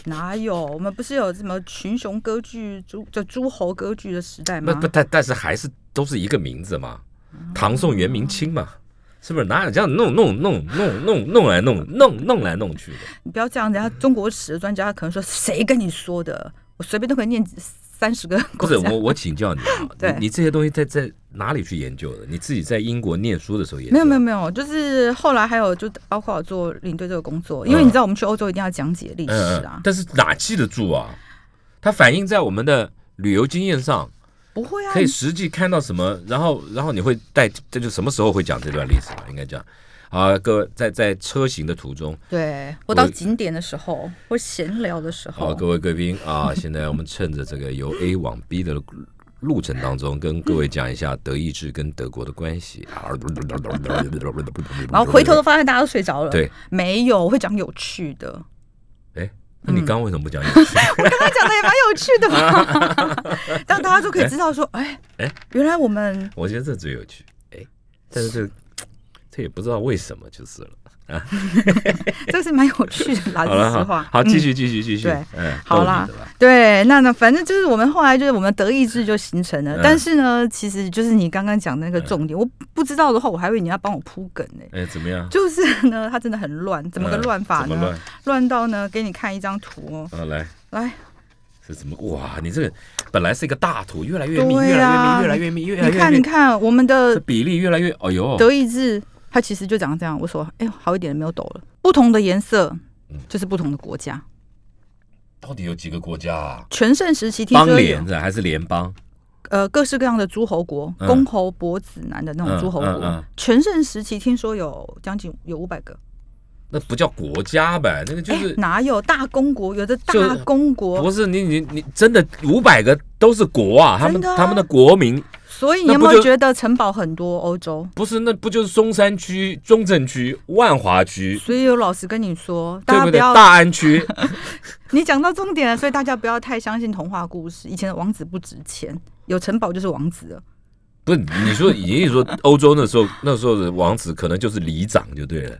C: 哪有？我们不是有什么群雄割据、诸就诸侯割据的时代
B: 那
C: 吗？
B: 不但但是还是都是一个名字嘛，
C: 哦
B: 唐宋元明清嘛，是不是？哪有这样弄弄弄弄弄弄来弄弄弄来弄 去的？
C: 你不要这样，人家中国史的专家可能说谁跟你说的？我随便都可以念三十个
B: 不
C: 国
B: 是
C: 家。
B: 我我请教
C: ，
B: 你啊
C: 对
B: 你你这些东西在在哪里去研究的？你自己在英国念书的时候研究？
C: 没有没有没有，就是后来还有就包括我做领队这个工作，因为
B: 嗯
C: 你知道我们去欧洲一定要讲解历
B: 嗯
C: 史
B: 嗯
C: 啊，，
B: 但是哪记得住啊？它反映在我们的旅游经验上，
C: 不会啊
B: 可，以实际看到什么，然后然后你会带，这就什么时候会讲这段历史吧？应该讲，啊，各位在在车行的途中，
C: 对我到景点的时候，或闲聊的时
B: 好，
C: 候，
B: 各位贵宾啊， 现在我们趁着这个由 A 往 B 的路程当中，跟各位讲一下德意志跟德国的关系。啊
C: 然后回头都发现大家都睡着了。
B: 对，
C: 没有，我会讲有趣的。
B: 哎，那
C: 嗯
B: 你刚刚为什么不 讲有趣？
C: 他讲的也蛮有趣的嘛， 让大家都可以知道说，哎
B: 哎
C: 哎，原来我们
B: 我觉得这最有趣。哎，但是这这也不知道为什么就是了。
C: 这是蛮有趣的啦，
B: 好了，
C: 说实
B: 好
C: 话，。
B: 好，
C: 嗯
B: 继续，继续，继续。
C: 对
B: 嗯，
C: 好
B: 啦
C: 啦，，对，那呢，反正就是我们后来就是我们德意志就形成了，
B: 嗯
C: 但是呢，其实就是你刚刚讲的那个重点，我不知道的话，我还以为你要帮我铺梗呢、
B: 哎，怎么样？
C: 就是呢，它真的很乱，怎么个
B: 嗯
C: 乱法
B: 怎么
C: 呢？
B: 乱？
C: 乱到呢，给你看一张图哦，
B: 啊，来，
C: 来，
B: 是怎么？哇，你这个本来是一个大图，越来越密，
C: 对
B: 越来越密，
C: 啊
B: 越来越密，越来
C: 你
B: 越
C: 看，
B: 密
C: 你看，我们
B: 这
C: 的
B: 比例越来越，哎呦，
C: 德意志，它其实就长这样。我说，哎呦，好一点了，没有抖了。不同的颜色
B: 嗯
C: 就是不同的国家。
B: 到底有几个国家啊？
C: 全盛时期听
B: 邦
C: 说有
B: 联的还是联邦？
C: 呃各式各样的诸侯国，
B: 嗯
C: 公侯伯子男的那种诸侯国。
B: 嗯嗯嗯
C: 全盛时期听说有将近有五百个，
B: 那不叫国家呗，那个就
C: 哎、
B: 是
C: 哪有大公国？有的
B: 就
C: 大公国，
B: 不是你你你真的五百个都是国啊？他们
C: 真的啊
B: 他们的国民
C: 所以
B: 那
C: 你有
B: 不
C: 没有
B: 就
C: 觉得城堡很多？欧洲，
B: 不是那不就是松山区、中正区、万华区，
C: 所以我老实跟你说，
B: 对不
C: 大家不
B: 对？
C: 要
B: 大安区，
C: 你讲到重点了，所以大家不要太相信童话故事。以前的王子不值钱，有城堡就是王子了。
B: 不是你说也就是说欧洲那时候那时候的王子可能就是里长就对了，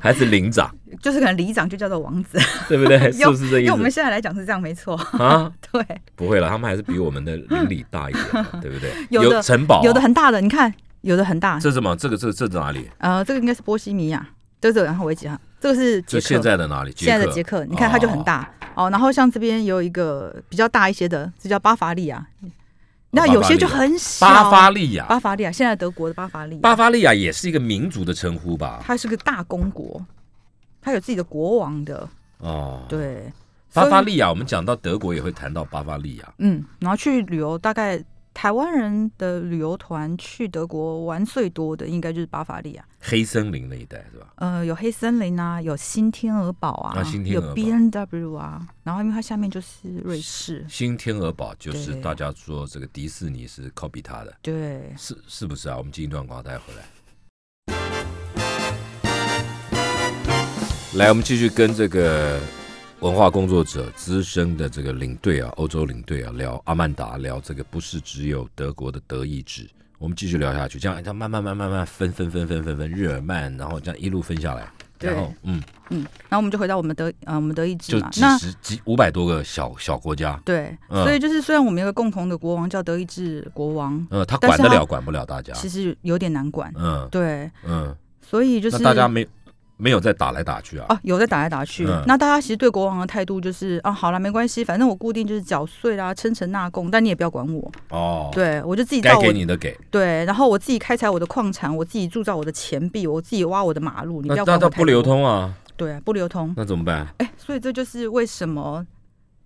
B: 还是领长，
C: 就是可能里长就叫做王子，
B: 对 不对？是
C: 用
B: 不是这意
C: 用我们
B: 思
C: 现在来讲是这样，没错。
B: 啊？
C: 对，
B: 不会了，他们还是比我们的邻里大一点嘛，对不对？
C: 有的
B: 城堡啊，
C: 有的很大的，你看，有的很大，
B: 这是什么？这个这这是哪里？
C: 呃，这个应该是波西米亚，这个然后维吉哈，这个是
B: 这
C: 捷克，
B: 现在的哪里？
C: 现在的捷克，你看它就很大哦然后像这边有一个比较大一些的，这叫巴伐利亚，那有些就很小。
B: 巴伐利亚，
C: 巴伐利亚，现在德国的巴伐利亚，
B: 巴伐利亚也是一个民族的称呼吧？
C: 它是个大公国，它有自己的国王的，
B: 哦，，
C: 对。
B: 巴伐
C: 所以，
B: 利亚，我们讲到德国也会谈到巴伐利亚，
C: 嗯，然后去旅游，大概台湾人的旅游团去德国玩最多的，应该就是巴伐利亚。
B: 黑森林那一带是吧？
C: 呃，有黑森林啊，有新天鹅堡啊，
B: 啊新天鹅堡
C: 有 B N W 啊，然后因为它下面就是瑞士，
B: 新天鹅堡就是
C: 对
B: 大家说这个迪士尼是 copy 它的，
C: 对，
B: 是是不是啊？我们进一段广告带回来。来，我们继续跟这个文化工作者、资深的这个领队啊，欧洲领队啊，聊阿曼达，聊这个不是只有德国的德意志。我们继续聊下去，这样这哎样慢慢慢慢慢慢分分分分分分日耳曼，然后这样一路分下来，
C: 对
B: 然后嗯，
C: 嗯，然后我们就回到我们德呃我们德意志
B: 就
C: 嘛，
B: 几
C: 那
B: 十几五百多个小小国家，
C: 对，
B: 嗯
C: 所以就是虽然我们有个共同的国王叫德意志国王，
B: 呃，他
C: 但
B: 管
C: 是
B: 得
C: 他
B: 了管不了大家，
C: 其实有点难管，
B: 啊嗯
C: 对，
B: 嗯，
C: 所以就是
B: 那大家没没有在打来打去啊？
C: 啊有在打来打去，
B: 嗯
C: 那大家其实对国王的态度就是啊好了没关系，反正我固定就是缴税啦，称臣纳贡，但你也不要管我，
B: 哦，
C: 对我就自己
B: 该
C: 造我
B: 给你的给，
C: 对，然后我自己开采我的矿产，我自己铸造我的钱币，我自己挖我的马路，你
B: 那
C: 不要
B: 那
C: 管
B: 它
C: 我太
B: 不流
C: 多，
B: 通啊，
C: 对啊，不流通。
B: 那怎么办？
C: 哎，所以这就是为什么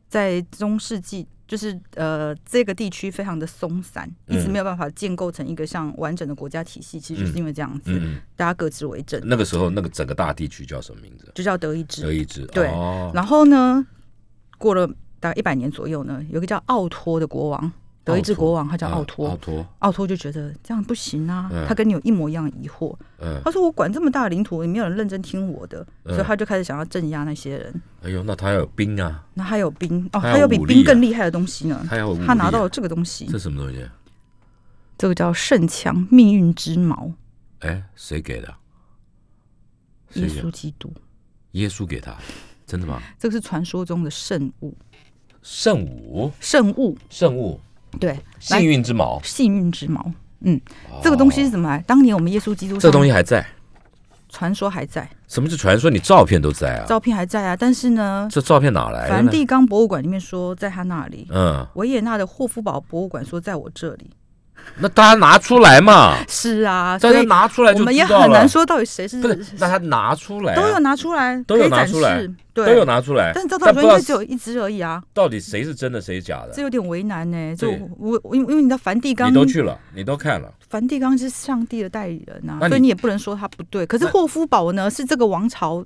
C: 在中世纪，就是呃这个地区非常的松散，一直
B: 嗯
C: 没有办法建构成一个像完整的国家体系，其实就是因为这样子，
B: 嗯，
C: 大家各自为政，
B: 那个时候那个整个大地区叫什么名字？
C: 就叫德意志。
B: 德意志。
C: 对
B: 哦
C: 然后呢，过了大概一百年左右呢，有一个叫奥托的国王，德意志国王，他叫奥托。
B: 嗯奥托，
C: 奥托就觉得这样不行啊，
B: 嗯
C: 他跟你有一模一样的疑惑。
B: 嗯，
C: 他说：“我管这么大的领土，你没有人认真听我的。
B: 嗯
C: 所以他就开始想要镇压那些人。
B: 哎呦，那他要有兵啊，
C: 那他有兵哦，
B: 他有
C: 他有比
B: 武力
C: 兵
B: 啊
C: 更厉害的东西呢。
B: 他要有武力啊
C: 嗯他拿到了这个东西，
B: 这什么东西？
C: 这个叫圣枪，命运之矛，
B: 哎，谁给的？谁
C: 耶
B: 给
C: 稣？基督，
B: 耶稣给他，真的吗？
C: 这个是传说中的圣物，
B: 圣武，
C: 圣物，
B: 圣物，
C: 对，
B: 幸
C: 来
B: 运之矛，哦
C: 幸运之矛，嗯，这个东西是怎么来？当年我们耶稣基督上，
B: 这个东西还在。
C: 传说还在，
B: 什么是传说？你照片都在啊？
C: 照片还在啊，但是呢，
B: 这照片哪来的
C: 梵
B: 呢？
C: 蒂冈博物馆里面说在他那里，
B: 嗯，
C: 维也纳的霍夫堡博物馆说在我这里，
B: 那大家拿出来嘛，
C: 是啊，
B: 大
C: 所
B: 家
C: 以
B: 拿出来
C: 我
B: 就
C: 们也
B: 知道
C: 很
B: 了
C: 难。说到底谁嗯是
B: 不是，那他拿出来啊、
C: 都有拿出来，
B: 都有
C: 可以
B: 拿
C: 展
B: 出来
C: 示，对，
B: 都有。拿出来，
C: 但照道
B: 但
C: 理
B: 不知道
C: 说应该只有一只而已啊，
B: 到底谁是真的，谁是假的
C: 这。有点为难呢、就
B: 对
C: 我我因为因为你知道梵蒂冈
B: 你，都去了，你都看了，
C: 梵蒂冈是上帝的代理人啊，
B: 那
C: 所以
B: 你
C: 你也不能说他不对。可是
B: 那
C: 霍夫堡呢，是这个王朝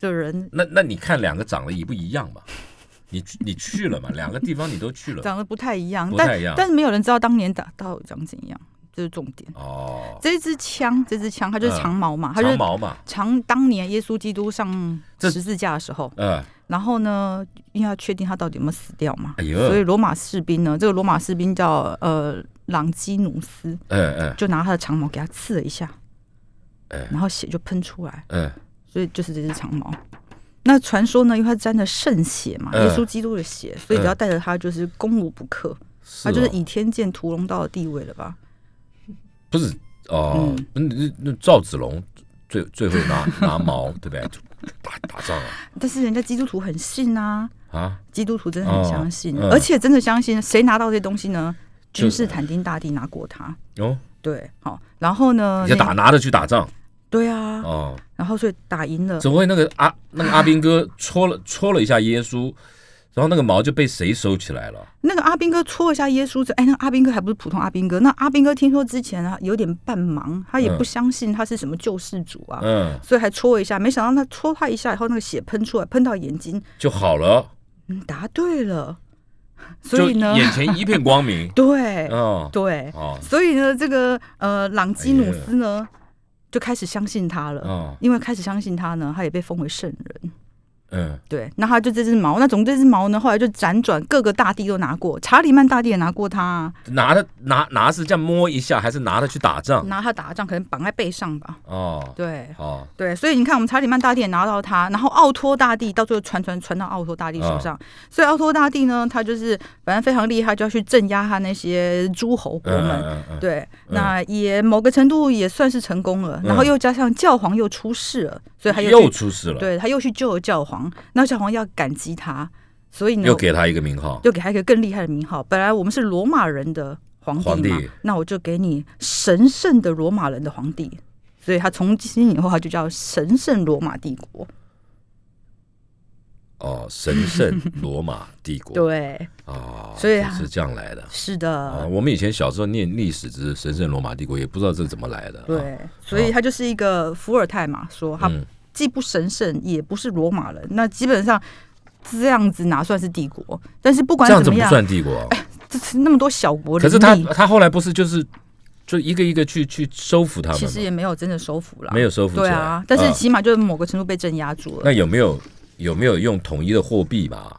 C: 的人，
B: 那那你看两个长得一不一样嘛？ 你去你去了嘛？两个地方你都去 了
C: 长得不太一样，
B: 不太
C: 但
B: 一样
C: 但是没有人知道当年打到底长怎样，这是重点。
B: 哦，
C: 这支枪，这支枪，它就
B: 嗯
C: 是长矛嘛，它就
B: 长
C: 是
B: 毛嘛，
C: 长。当年耶稣基督上
B: 这
C: 十字架的时候，
B: 嗯，
C: 然后呢，因为要确定他到底有没有死掉嘛，
B: 哎
C: 所以
B: 呦，
C: 罗马士兵呢，这个罗马士兵叫呃朗基努斯，
B: 嗯嗯
C: 就拿他的长矛给他刺了一下，
B: 哎
C: 然后血就喷出来，
B: 嗯，
C: 所以就是这只长矛。那传说呢，因为它沾了圣血嘛，
B: 嗯
C: 耶稣基督的血，所以只要带着它，就是攻无不克，
B: 是
C: 它就是
B: 哦
C: 倚天剑屠龙刀的地位了吧？
B: 不是哦，
C: 嗯
B: 那那那赵子龙最最会拿拿毛，对不对？打打仗啊
C: 但是人家基督徒很信啊，
B: 啊，
C: 基督徒真的很相信，
B: 哦嗯
C: 而且真的相信，谁拿到这东西呢？
B: 就
C: 君士坦丁大帝拿过它，
B: 哦，
C: 对，好，然后呢？
B: 你就
C: 那
B: 打拿着去打仗
C: 对啊，
B: 哦，
C: 然后所以打赢了，
B: 怎么会那个阿那个阿兵哥戳了戳了一下耶稣，然后那个毛就被谁收起来了？
C: 那个阿兵哥戳一下耶稣，这哎，那个阿兵哥还不是普通阿兵哥？那阿兵哥听说之前啊有点半盲，他也
B: 嗯
C: 不相信他是什么救世主啊，
B: 嗯，
C: 所以还戳一下。没想到他戳他一下以后，那个血喷出来，喷到眼睛，
B: 就好了，
C: 嗯，答对了。所
B: 就
C: 以呢，。
B: 眼前一片光明
C: 对、
B: 哦
C: 对，
B: 哦
C: 所以呢，这个呃朗基努
B: 哎
C: 斯呢、就开始相信他了，
B: 哦，
C: 因为开始相信他呢，他也被封为圣人。
B: 嗯，
C: 对，那他就这只毛，那总之这只毛呢，后来就辗转各个大帝都拿过，查理曼大帝也拿过他、啊。
B: 拿着拿拿是这样摸一下，还是拿着去打仗？
C: 拿他打仗，可能绑在背上吧。
B: 哦，
C: 对
B: 哦，
C: 对，所以你看，我们查理曼大帝也拿到他，然后奥托大帝到最后传传传到奥托大帝
B: 啊
C: 手上。所以奥托大帝呢，他就是反正非常厉害，就要去镇压他那些诸侯国
B: 嗯
C: 们。
B: 嗯嗯，嗯
C: 对，那也某个程度也算是成功了。然后
B: 嗯
C: 又加上教皇又出事了，所以他又
B: 又
C: 去
B: 出事了，
C: 对他又去救了教皇。那教皇要感激他，所以呢，
B: 又给他一个名号，
C: 又给他一个更厉害的名号。本来我们是罗马人的皇帝嘛，
B: 皇帝
C: 那我就给你神圣的罗马人的皇帝。所以他从今以后，他就叫神圣罗马帝国。
B: 哦，神圣罗马帝国，
C: 对，
B: 哦，
C: 所以啊
B: 是这样来的。
C: 是
B: 啊，
C: 的，
B: 我们以前小时候念历史，只是神圣罗马帝国，也不知道这怎么来的。啊，
C: 对，所以他就是一个伏尔泰嘛，说他
B: 嗯
C: 既不神圣，也不是罗马人。那基本上这样子哪算是帝国？但是不管
B: 这样
C: 怎
B: 怎
C: 么
B: 么
C: 样，
B: 算帝国？啊
C: 这是那么多小国
B: 可
C: 林
B: 是他啊
C: 立，
B: 他后来不是就是就一个一个去去收服他们
C: 其
B: 吗？
C: 实也没有真的收服了，
B: 没有收服起来
C: 对啊，但是
B: 啊
C: 起码就是某个程度被镇压住了，
B: 那有没有有没有用统一的货币嘛？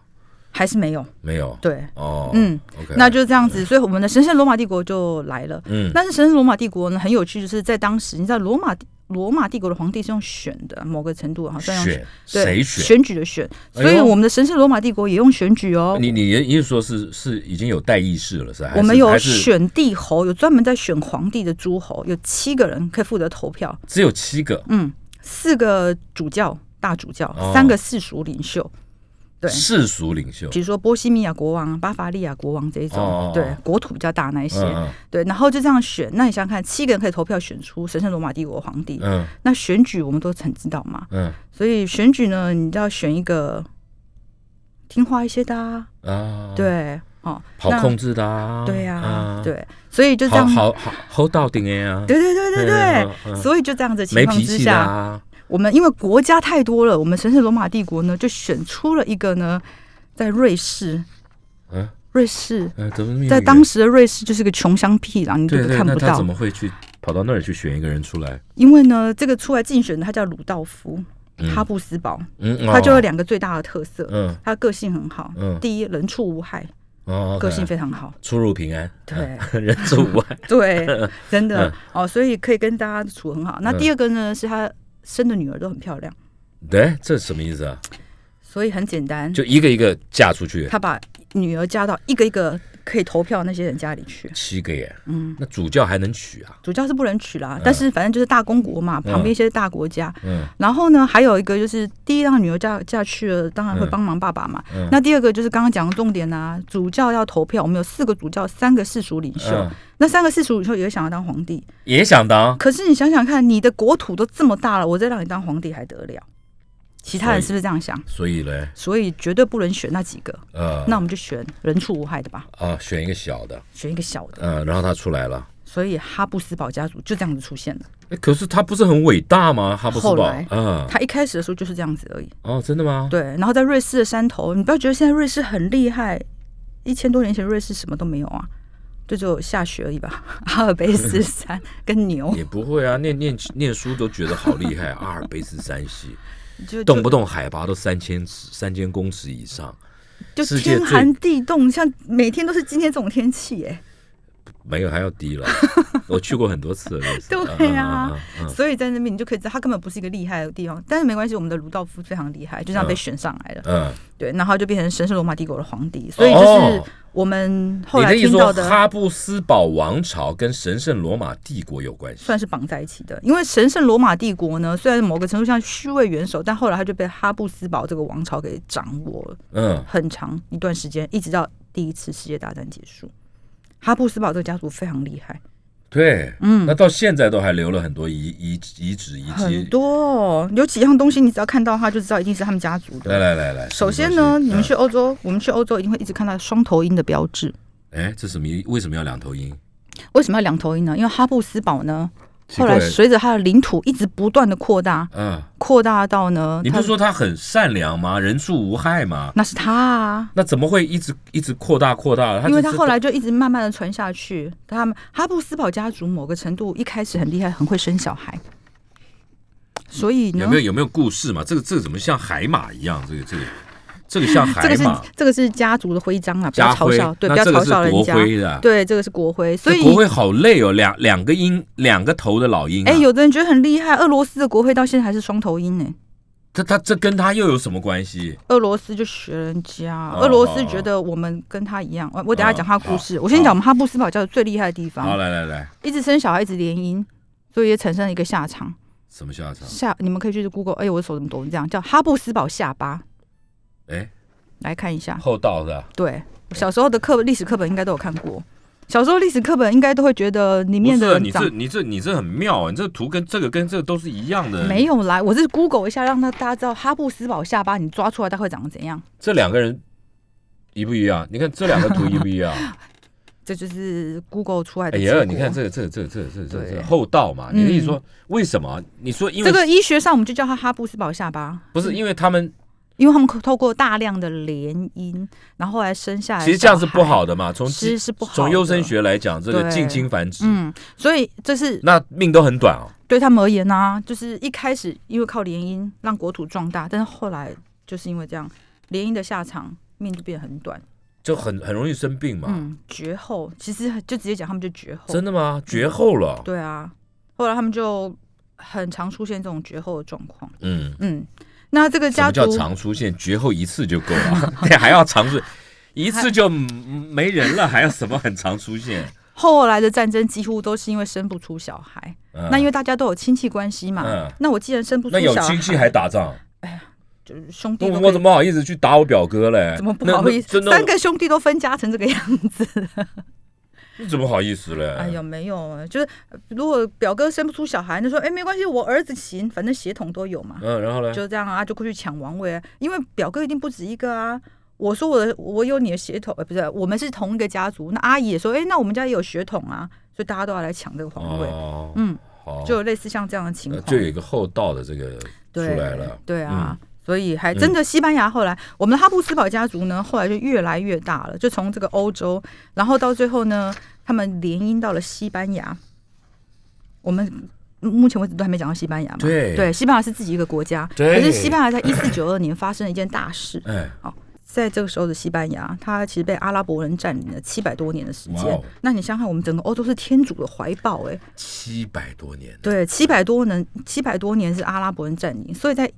C: 还是没有。
B: 没有。
C: 对，
B: 哦，
C: 嗯
B: ，OK，
C: 那就是这样子，所以我们的神圣罗马帝国就来了。
B: 嗯
C: 但是神圣罗马帝国呢，很有趣，就是在当时，你知道罗马罗马帝国的皇帝是用选的，某个程度好像用
B: 选
C: 对
B: 谁
C: 选
B: 选？
C: 举的选，
B: 哎
C: 所以
B: 呦
C: 我们的神圣罗马帝国也用选举哦。
B: 你你意思说是是已经有代议士了是吧？还是
C: 我们有
B: 还是
C: 选帝侯，有专门在选皇帝的诸侯，有七个人可以负责投票，
B: 只有七个
C: 嗯，四个主教大主教，
B: 哦
C: 三个世俗领袖，对，
B: 世俗领袖
C: 比如说波西米亚国王、巴伐利亚国王这一种，
B: 哦哦哦
C: 对，国土比较大那一些，
B: 嗯
C: 对，然后就这样选。那你想想看，七个人可以投票选出神圣罗马帝国皇帝。
B: 嗯
C: 那选举我们都很知道嘛，
B: 嗯
C: 所以选举呢，你就要选一个听话一些的、啊，
B: 嗯啊，，
C: 对，哦，
B: 好
C: 那
B: 控制的啊，
C: 对呀、
B: 啊，
C: 对，所以就这
B: 好
C: 样，
B: 好好好到顶的呀，
C: 对对对对
B: 嗯
C: 对。，
B: 嗯
C: 所以就这样子的情
B: 没
C: 况
B: 脾
C: 之
B: 气的
C: 下，
B: 啊，
C: 我们因为国家太多了，我们神圣罗马帝国呢就选出了一个呢，在瑞士，
B: 嗯
C: 瑞士
B: 嗯，怎么那么
C: 在
B: 远
C: 当时的瑞士就是个穷乡僻壤，你都
B: 对对，
C: 看
B: 那
C: 不
B: 他
C: 到
B: 怎。么会去跑到那儿去选一个人出来？
C: 因为呢，这个出来竞选的他叫鲁道夫
B: 嗯
C: ·哈布斯堡，
B: 嗯，
C: 他就有
B: 哦
C: 两个最大的特色，
B: 嗯
C: 他个性很好
B: 嗯。
C: 第一，人畜无害，
B: 哦，
C: 个性非常好。
B: 出入平安，
C: 对
B: 人畜无害，
C: 对， 真的
B: 嗯
C: 哦，所以可以跟大家处得很好。那第二个呢，是他生的女儿都很漂亮，
B: 对，这什么意思啊？
C: 所以很简单，
B: 就一个一个嫁出去，
C: 他把女儿嫁到一个一个可以投票的那些人家里去。
B: 七个耶，
C: 嗯，
B: 那主教还能娶啊？
C: 主教是不能娶啦，但是反正就是大公国嘛，旁边一些大国家。
B: 嗯
C: 然后呢，还有一个就是第一让女儿嫁嫁去了，当然会
B: 嗯
C: 帮忙爸爸嘛。
B: 嗯
C: 那第二个就是刚刚讲的重点啊，主教要投票，我们有四个主教，三个世俗领袖，
B: 嗯，
C: 那三个世俗领袖也想要当皇帝。
B: 也想当，
C: 可是你想想看，你的国土都这么大了，我再让你当皇帝还得了？其他人
B: 所以
C: 是不是这样想？
B: 所以嘞，
C: 所以绝对不能选那几个，
B: 呃，
C: 那我们就选人畜无害的吧，
B: 啊，选一个小的，
C: 选一个小的。
B: 嗯，然后他出来了。
C: 所以哈布斯堡家族就这样子出现了。
B: 诶可是他不是很伟大吗？哈布斯
C: 后
B: 堡
C: 来，
B: 嗯，
C: 他一开始的时候就是这样子而已。
B: 哦，真的吗？
C: 对，然后在瑞士的山头，你不要觉得现在瑞士很厉害，一千多年前瑞士什么都没有啊，就只有下雪而已吧。 阿尔卑斯 山跟牛，
B: 也不会啊，念念念书都觉得好厉害， 阿尔卑斯山系，
C: 就
B: 动不
C: 动
B: 动海拔都三千尺、三千公尺以上，
C: 就
B: 世界
C: 天
B: 最
C: 寒地冻，像每天都是今天这种天气哎、
B: 没有还要 低了。我去过很多次了，类似
C: 对啊
B: 嗯嗯嗯嗯
C: 所以在那边你就可以知道，它根本不是一个厉害的地方。但是没关系，我们的鲁道夫非常厉害，就这样被
B: 嗯
C: 选上来了。
B: 嗯，
C: 对，然后就变成神圣罗马帝国的皇帝。所以就是
B: 哦
C: 我们后
B: 你
C: 来
B: 的意思
C: 听到
B: 说
C: 的，
B: 哈布斯堡王朝跟神圣罗马帝国有关系？
C: 算是绑在一起的。因为神圣罗马帝国呢，虽然某个程度上虚位元首，但后来他就被哈布斯堡这个王朝给掌握了
B: 嗯，
C: 很长一段时间，一直到第一次世界大战结束。哈布斯堡这个家族非常厉害，
B: 对，
C: 嗯
B: 那到现在都还留了很多遗遗遗址遗
C: 很
B: 迹。
C: 多哦有几样东西，你只要看到它就知道一定是他们家族
B: 来
C: 的。
B: 来来来，
C: 首先
B: 什么
C: 呢，
B: 东西
C: 你们去欧洲，我们去欧洲一定会一直看到双头鹰的标志。
B: 嗯哎，这什么意？为什么要两头鹰？
C: 为什么要两头鹰呢？因为哈布斯堡呢，
B: 奇
C: 后
B: 怪
C: 来随着它的领土一直不断的扩大，
B: 嗯，
C: 扩大到呢，
B: 你不
C: 它
B: 是说他很善良吗？人畜无害吗？
C: 那是它啊，
B: 那怎么会一直一直扩大扩大？
C: 因为他
B: 这
C: 后来就一直慢慢的传下去。他们哈布斯堡家族某个程度一开始很厉害，很会生小孩，所以呢，
B: 有没有有没有故事嘛？这个这个怎么像海马一样？这个这个这个像
C: 这
B: 海
C: 个是
B: 马
C: 这个是家族的徽章啊，不要
B: 家
C: 嘲
B: 徽
C: 笑，，对，不
B: 那
C: 要
B: 这
C: 嘲
B: 个是
C: 笑人
B: 国
C: 家。
B: 徽的。
C: 对，这个是国徽，所以
B: 这国徽好累哦，两两个鹰，两个头的老鹰、啊。
C: 哎，有的人觉得很厉害，俄罗斯的国徽到现在还是双头鹰呢、
B: 他他这跟他又有什么关系？
C: 俄罗斯就学人家，
B: 哦
C: 俄罗斯觉得我们跟他一样。我我等一下讲他的故事，
B: 哦
C: 我先讲
B: 好
C: 我们哈布斯堡家族最厉害的地
B: 好，
C: 方，
B: 来来来，
C: 一直生小孩，一直联姻，所以也产生了一个下场。
B: 什么下场？
C: 下，你们可以去 Google，哎、我的手怎么抖成这样？叫哈布斯堡下巴，
B: 哎，
C: 来看一下。
B: 后道的，
C: 对，我小时候的课历史课本应该都有看过，小时候历史课本应该都会觉得里
B: 不
C: 面的
B: 是
C: 人
B: 你这
C: 长
B: 你这你这很妙啊！你这图跟这个跟这个都是一样的。
C: 没，有来，我是 Google 一下，让他大家知道哈布斯堡下巴，你抓出来它会长得怎样？
B: 这两个人一不一样？你看这两个图一不一 样？
C: 这就是 Google 出来的
B: 哎
C: 结果。
B: 呀，你看这个这个这个这个这个这个这
C: 对
B: 个厚道嘛？你的意思
C: 嗯
B: 说为什么？啊你说因为
C: 这个医学上我们就叫它哈布斯堡下巴，
B: 不是因为他们
C: 因为他们透过大量的联姻，然后后来生下来，
B: 其实这样是不好。的嘛？从
C: 是
B: 基
C: 是不好的
B: 从优生学来讲，这个
C: 对
B: 近亲繁殖，
C: 嗯，所以这是
B: 那命都很短哦。
C: 对他们而言呢、就是一开始因为靠联姻让国土壮大，但是后来就是因为这样，联姻的下场命就变得很短，
B: 就很很容易生病嘛。
C: 嗯，绝后。其实就直接讲，他们就绝后。
B: 真的吗？绝后了。
C: 对啊，后来他们就很常出现这种绝后的状况。
B: 嗯，
C: 嗯，那这个
B: 什
C: 家
B: 么
C: 族
B: 叫常出现？绝后一次就够 了，对，还要常出一次就嗯没人了，还要什么很常出现？
C: 后来的战争几乎都是因为生不出小孩。
B: 嗯
C: 那因为大家都有亲戚关系嘛，
B: 嗯
C: 那我既然生不出
B: 那有
C: 小孩，
B: 亲戚还打 仗，
C: 就是兄
B: 那
C: 弟都
B: 我
C: 可以
B: 怎么好意思去打我表哥嘞？
C: 怎么不
B: 那
C: 好
B: 那
C: 意思？
B: 真的
C: 三个兄弟都分家成这个样子。
B: 你怎么好意思嘞？
C: 哎呀，没有啊，就是呃如果表哥生不出小孩，那说哎没关系，我儿子行，反正血统都有嘛，
B: 嗯，然后呢？
C: 就这样啊，就过去抢王位啊，因为表哥一定不止一个啊。我说我的我有你的血统，呃，不是，我们是同一个家族。那阿姨也说，哎，那我们家也有血统啊，所以大家都要来抢这个皇位，
B: 哦，
C: 嗯，
B: 好，
C: 就有类似像这样的情
B: 呃
C: 况，
B: 就有一个厚道的这个出
C: 对
B: 来了。嗯
C: 对啊。所以还真的，西班牙后来、我们的哈布斯堡家族呢，后来就越来越大了，就从这个欧洲，然后到最后呢，他们联姻到了西班牙。我们目前为止都还没讲到西班牙嘛？
B: 对
C: 西班牙是自己一个国家，
B: 对
C: 可是西班牙在一四九二年发生了一件大事，
B: 哎，
C: 在这个时候的西班牙，它其实被阿拉伯人占领了七百多年的时间。
B: 哇哦
C: 那你想想，我们整个欧洲是天主的怀抱、哎，
B: 七百多年，
C: 对，七百多年，七百多年是阿拉伯人占领，所以在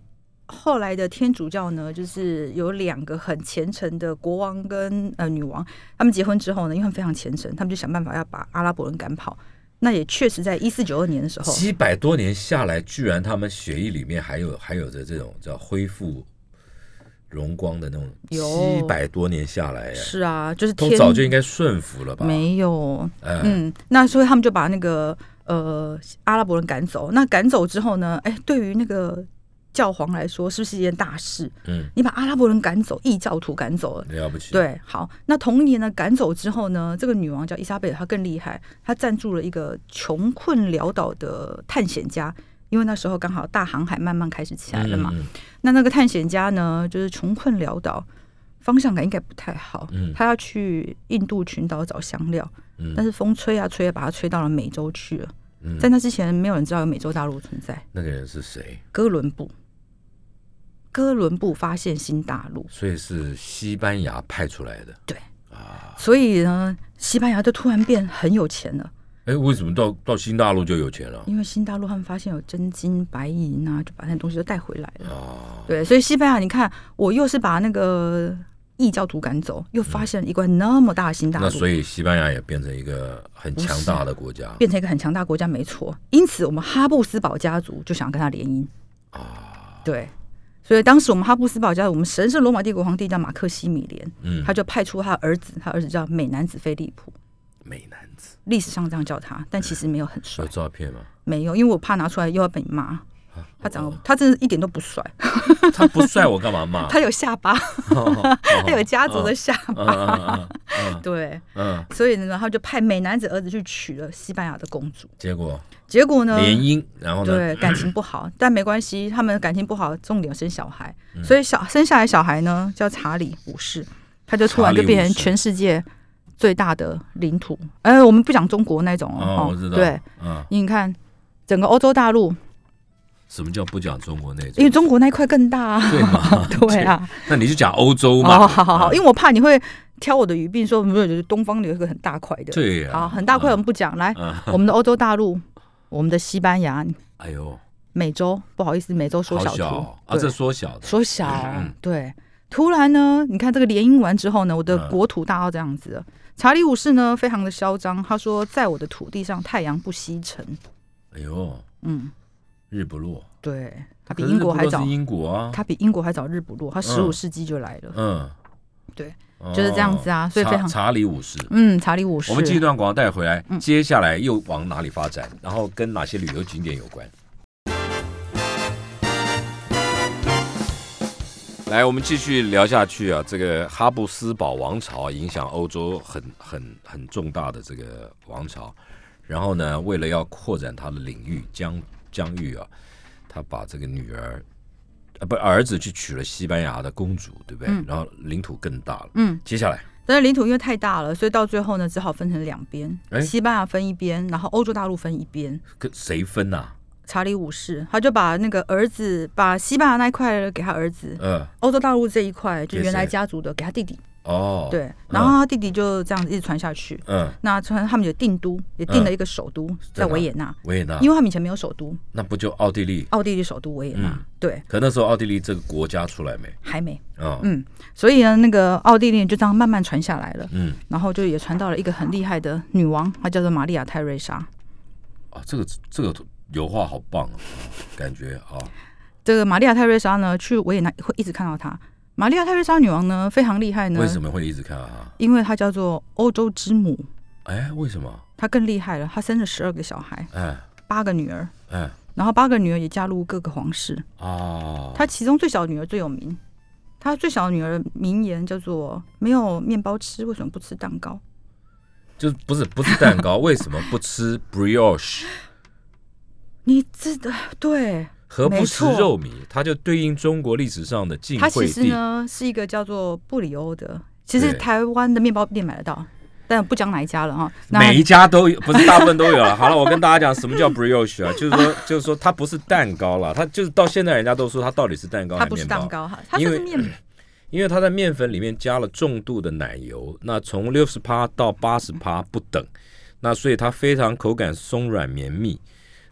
C: 后来的天主教呢，就是有两个很虔诚的国王跟呃女王，他们结婚之后呢，因为他们非常虔诚，他们就想办法要把阿拉伯人赶跑。那也确实在一四九二年的时候，
B: 几百多年下来，居然他们血液里面还有还有着这种叫恢复荣光的那种，
C: 有
B: 七百多年下来，哎
C: 是啊，就是
B: 都
C: 天
B: 早就应该顺服了吧？
C: 没有，
B: 哎，
C: 嗯，那所以他们就把那个呃阿拉伯人赶走。那赶走之后呢，哎，对于那个教皇来说，是不是一件大事？
B: 嗯，
C: 你把阿拉伯人赶走，异教徒赶走了。
B: 了不起，，
C: 对，好，那同年呢，赶走之后呢，这个女王叫伊莎贝尔，她更厉害，她赞助了一个穷困潦倒的探险家，因为那时候刚好大航海慢慢开始起来了嘛。
B: 嗯
C: 那那个探险家呢，就是穷困潦倒，方向感应该不太好，
B: 嗯
C: 他要去印度群岛找香料，
B: 嗯
C: 但是风吹啊吹啊，把他吹到了美洲去了。
B: 嗯
C: 在那之前，没有人知道有美洲大陆存在。
B: 那个人是谁？
C: 哥伦布，哥伦布发现新大陆，
B: 所以是西班牙派出来的。啊
C: 所以呢，西班牙就突然变很有钱了。
B: 哎，为什么到到新大陆就有钱了？
C: 因为新大陆他们发现有真金白银啊，就把那东西都带回来了。
B: 啊，
C: 对，所以西班牙，你看，我又是把那个异教徒赶走，又发现了一块那么大的新大陆，
B: 那所以西班牙也变成一个很强大的国家
C: 变成一个很强大国家，没错。因此，我们哈布斯堡家族就想跟他联姻。
B: 啊。
C: 对，所以当时我们哈布斯堡家族，我们神圣罗马帝国皇帝叫马克西米连，
B: 嗯，
C: 他就派出他儿子，他儿子叫美男子菲利普，
B: 美男子
C: 历史上这样叫他，但其实没有很帅
B: 有，照片吗？
C: 没有，因为我怕拿出来又要被你骂。
B: 啊
C: 他长
B: 哦
C: 得，他真的一点都不帅，
B: 他不帅，我干嘛骂？
C: 他有下巴。
B: 哦他
C: 他有家族的下
B: 嗯
C: 巴。
B: 嗯嗯
C: 对，
B: 嗯，
C: 所以呢，然后就派美男子儿子去娶了西班牙的公主。
B: 结果
C: 结果呢，
B: 联姻，然后呢？
C: 对感情不好，但没关系，他们感情不好，重点
B: 嗯
C: 有生小孩，所以小生下来小孩呢叫查理五世，他就突然就变
B: 查理
C: 成
B: 五世
C: 全世界最大的领土。哎，我们不讲中国那种
B: 哦，我知道。
C: 对，，
B: 嗯，
C: 你看整个欧洲大陆，
B: 什么叫不讲中国那
C: 因
B: 种
C: 为？中国那一块更大 啊。
B: 对 嘛？
C: 对啊，
B: 那你就讲欧洲嘛。
C: 哦，好好好，因
B: 为
C: 为我怕你会挑我的语病，说没有，就是东方有一个很大块的，
B: 对呀，
C: 好，哦很大块我们不讲，来，
B: 嗯。
C: 我们的欧洲大陆，我们的西班牙、
B: 哎呦，
C: 美洲，不好意思，美洲缩
B: 好
C: 图，
B: 小哦啊，
C: 对
B: 这缩小的，
C: 缩小
B: 嗯，
C: 对。突然呢，你看这个联姻完之后呢，我的
B: 嗯
C: 国土大到这样子了。查理五世呢，非常的嚣张，他说：“在我的土地上，太阳不西沉。
B: 哎呦，”
C: 嗯，
B: 日不落，
C: 对，他比
B: 可是
C: 英国还
B: 日不落
C: 早
B: 是，英国啊，
C: 他比英国还早日不落，他十五
B: 嗯
C: 世纪就来了。
B: 嗯，
C: 对
B: 哦，
C: 就是这样子啊所以非常
B: 查查理五世。
C: 嗯，查理五世，
B: 我们这一段广告带回来，接下来又往哪里发展？然后跟哪些旅游景点有关？来，我们继续聊下去啊。这个哈布斯堡王朝啊影响欧洲很很很重大的这个王朝，然后呢，为了要扩展它的领域疆疆域啊，他把这个女儿，呃，不儿子去娶了西班牙的公主，对不对？然后领土更大了。
C: 嗯，
B: 接下来
C: 但是领土因为太大了，所以到最后呢，只好分成两边，
B: 哎
C: 西班牙分一边，然后欧洲大陆分一边。
B: 跟谁分呐、啊？
C: 查理五世，他就把那个儿子，把西班牙那一块给他儿子，
B: 呃，
C: 欧洲大陆这一块就
B: 给谁
C: 原来家族的给他弟弟，
B: 哦，，
C: 对，然后他弟弟就这样一直传下去。
B: 嗯，
C: 那传他们就定都，也定了一个首都、在维也纳，
B: 维也纳
C: 因，为他们以前没有首都，
B: 那不就奥地利？
C: 奥地利首都维也纳，
B: 嗯
C: 对，
B: 可那时候奥地利这个国家出来没？
C: 还没，
B: 啊、嗯，
C: 嗯，所以呢，那个奥地利就这样慢慢传下来了，
B: 嗯，
C: 然后就也传到了一个很厉害的女王，她叫做玛利亚泰瑞莎。
B: 啊，这个这个油画好棒 啊，感觉啊，
C: 这个玛利亚泰瑞莎呢，去维也纳会一直看到她。玛利亚泰瑞莎女王呢，非常厉害呢，
B: 为什么会一直看啊？
C: 因为她叫做欧洲之母，
B: 哎，为什么？
C: 她更厉害了，她生了十二个小孩，
B: 哎
C: 八个女儿，
B: 哎
C: 然后八个女儿也嫁入各个皇室。
B: 啊，
C: 她其中最小的女儿最有名，她最小的女儿名言叫做“没有面包吃，为什么不吃蛋糕
B: 就不是不是蛋 糕，为什么不吃 brioche？”？
C: 你这的对，
B: 何不
C: 没
B: 食
C: 错
B: 肉糜？它就对应中国历史上的晋
C: 她其
B: 惠
C: 实
B: 帝。
C: 呢是一个叫做布里欧的，其实
B: 对
C: 台湾的面包店买得到，但不讲哪一家了哈。那
B: 每一家都有，不是大部分都有啊 了。好了，我跟大家讲什么叫 brioche 啊，就是说，就是说它不是蛋糕了，它就是到现在人家都说它到底是蛋糕还
C: 它
B: 是
C: 不是
B: 面
C: 蛋
B: 包，
C: 糕，它它
B: 因
C: 算
B: 为
C: 是面
B: 因为它在面粉里面加了重度的奶油，那从六十趴到八十趴不等，那所以它非常口感松软绵密。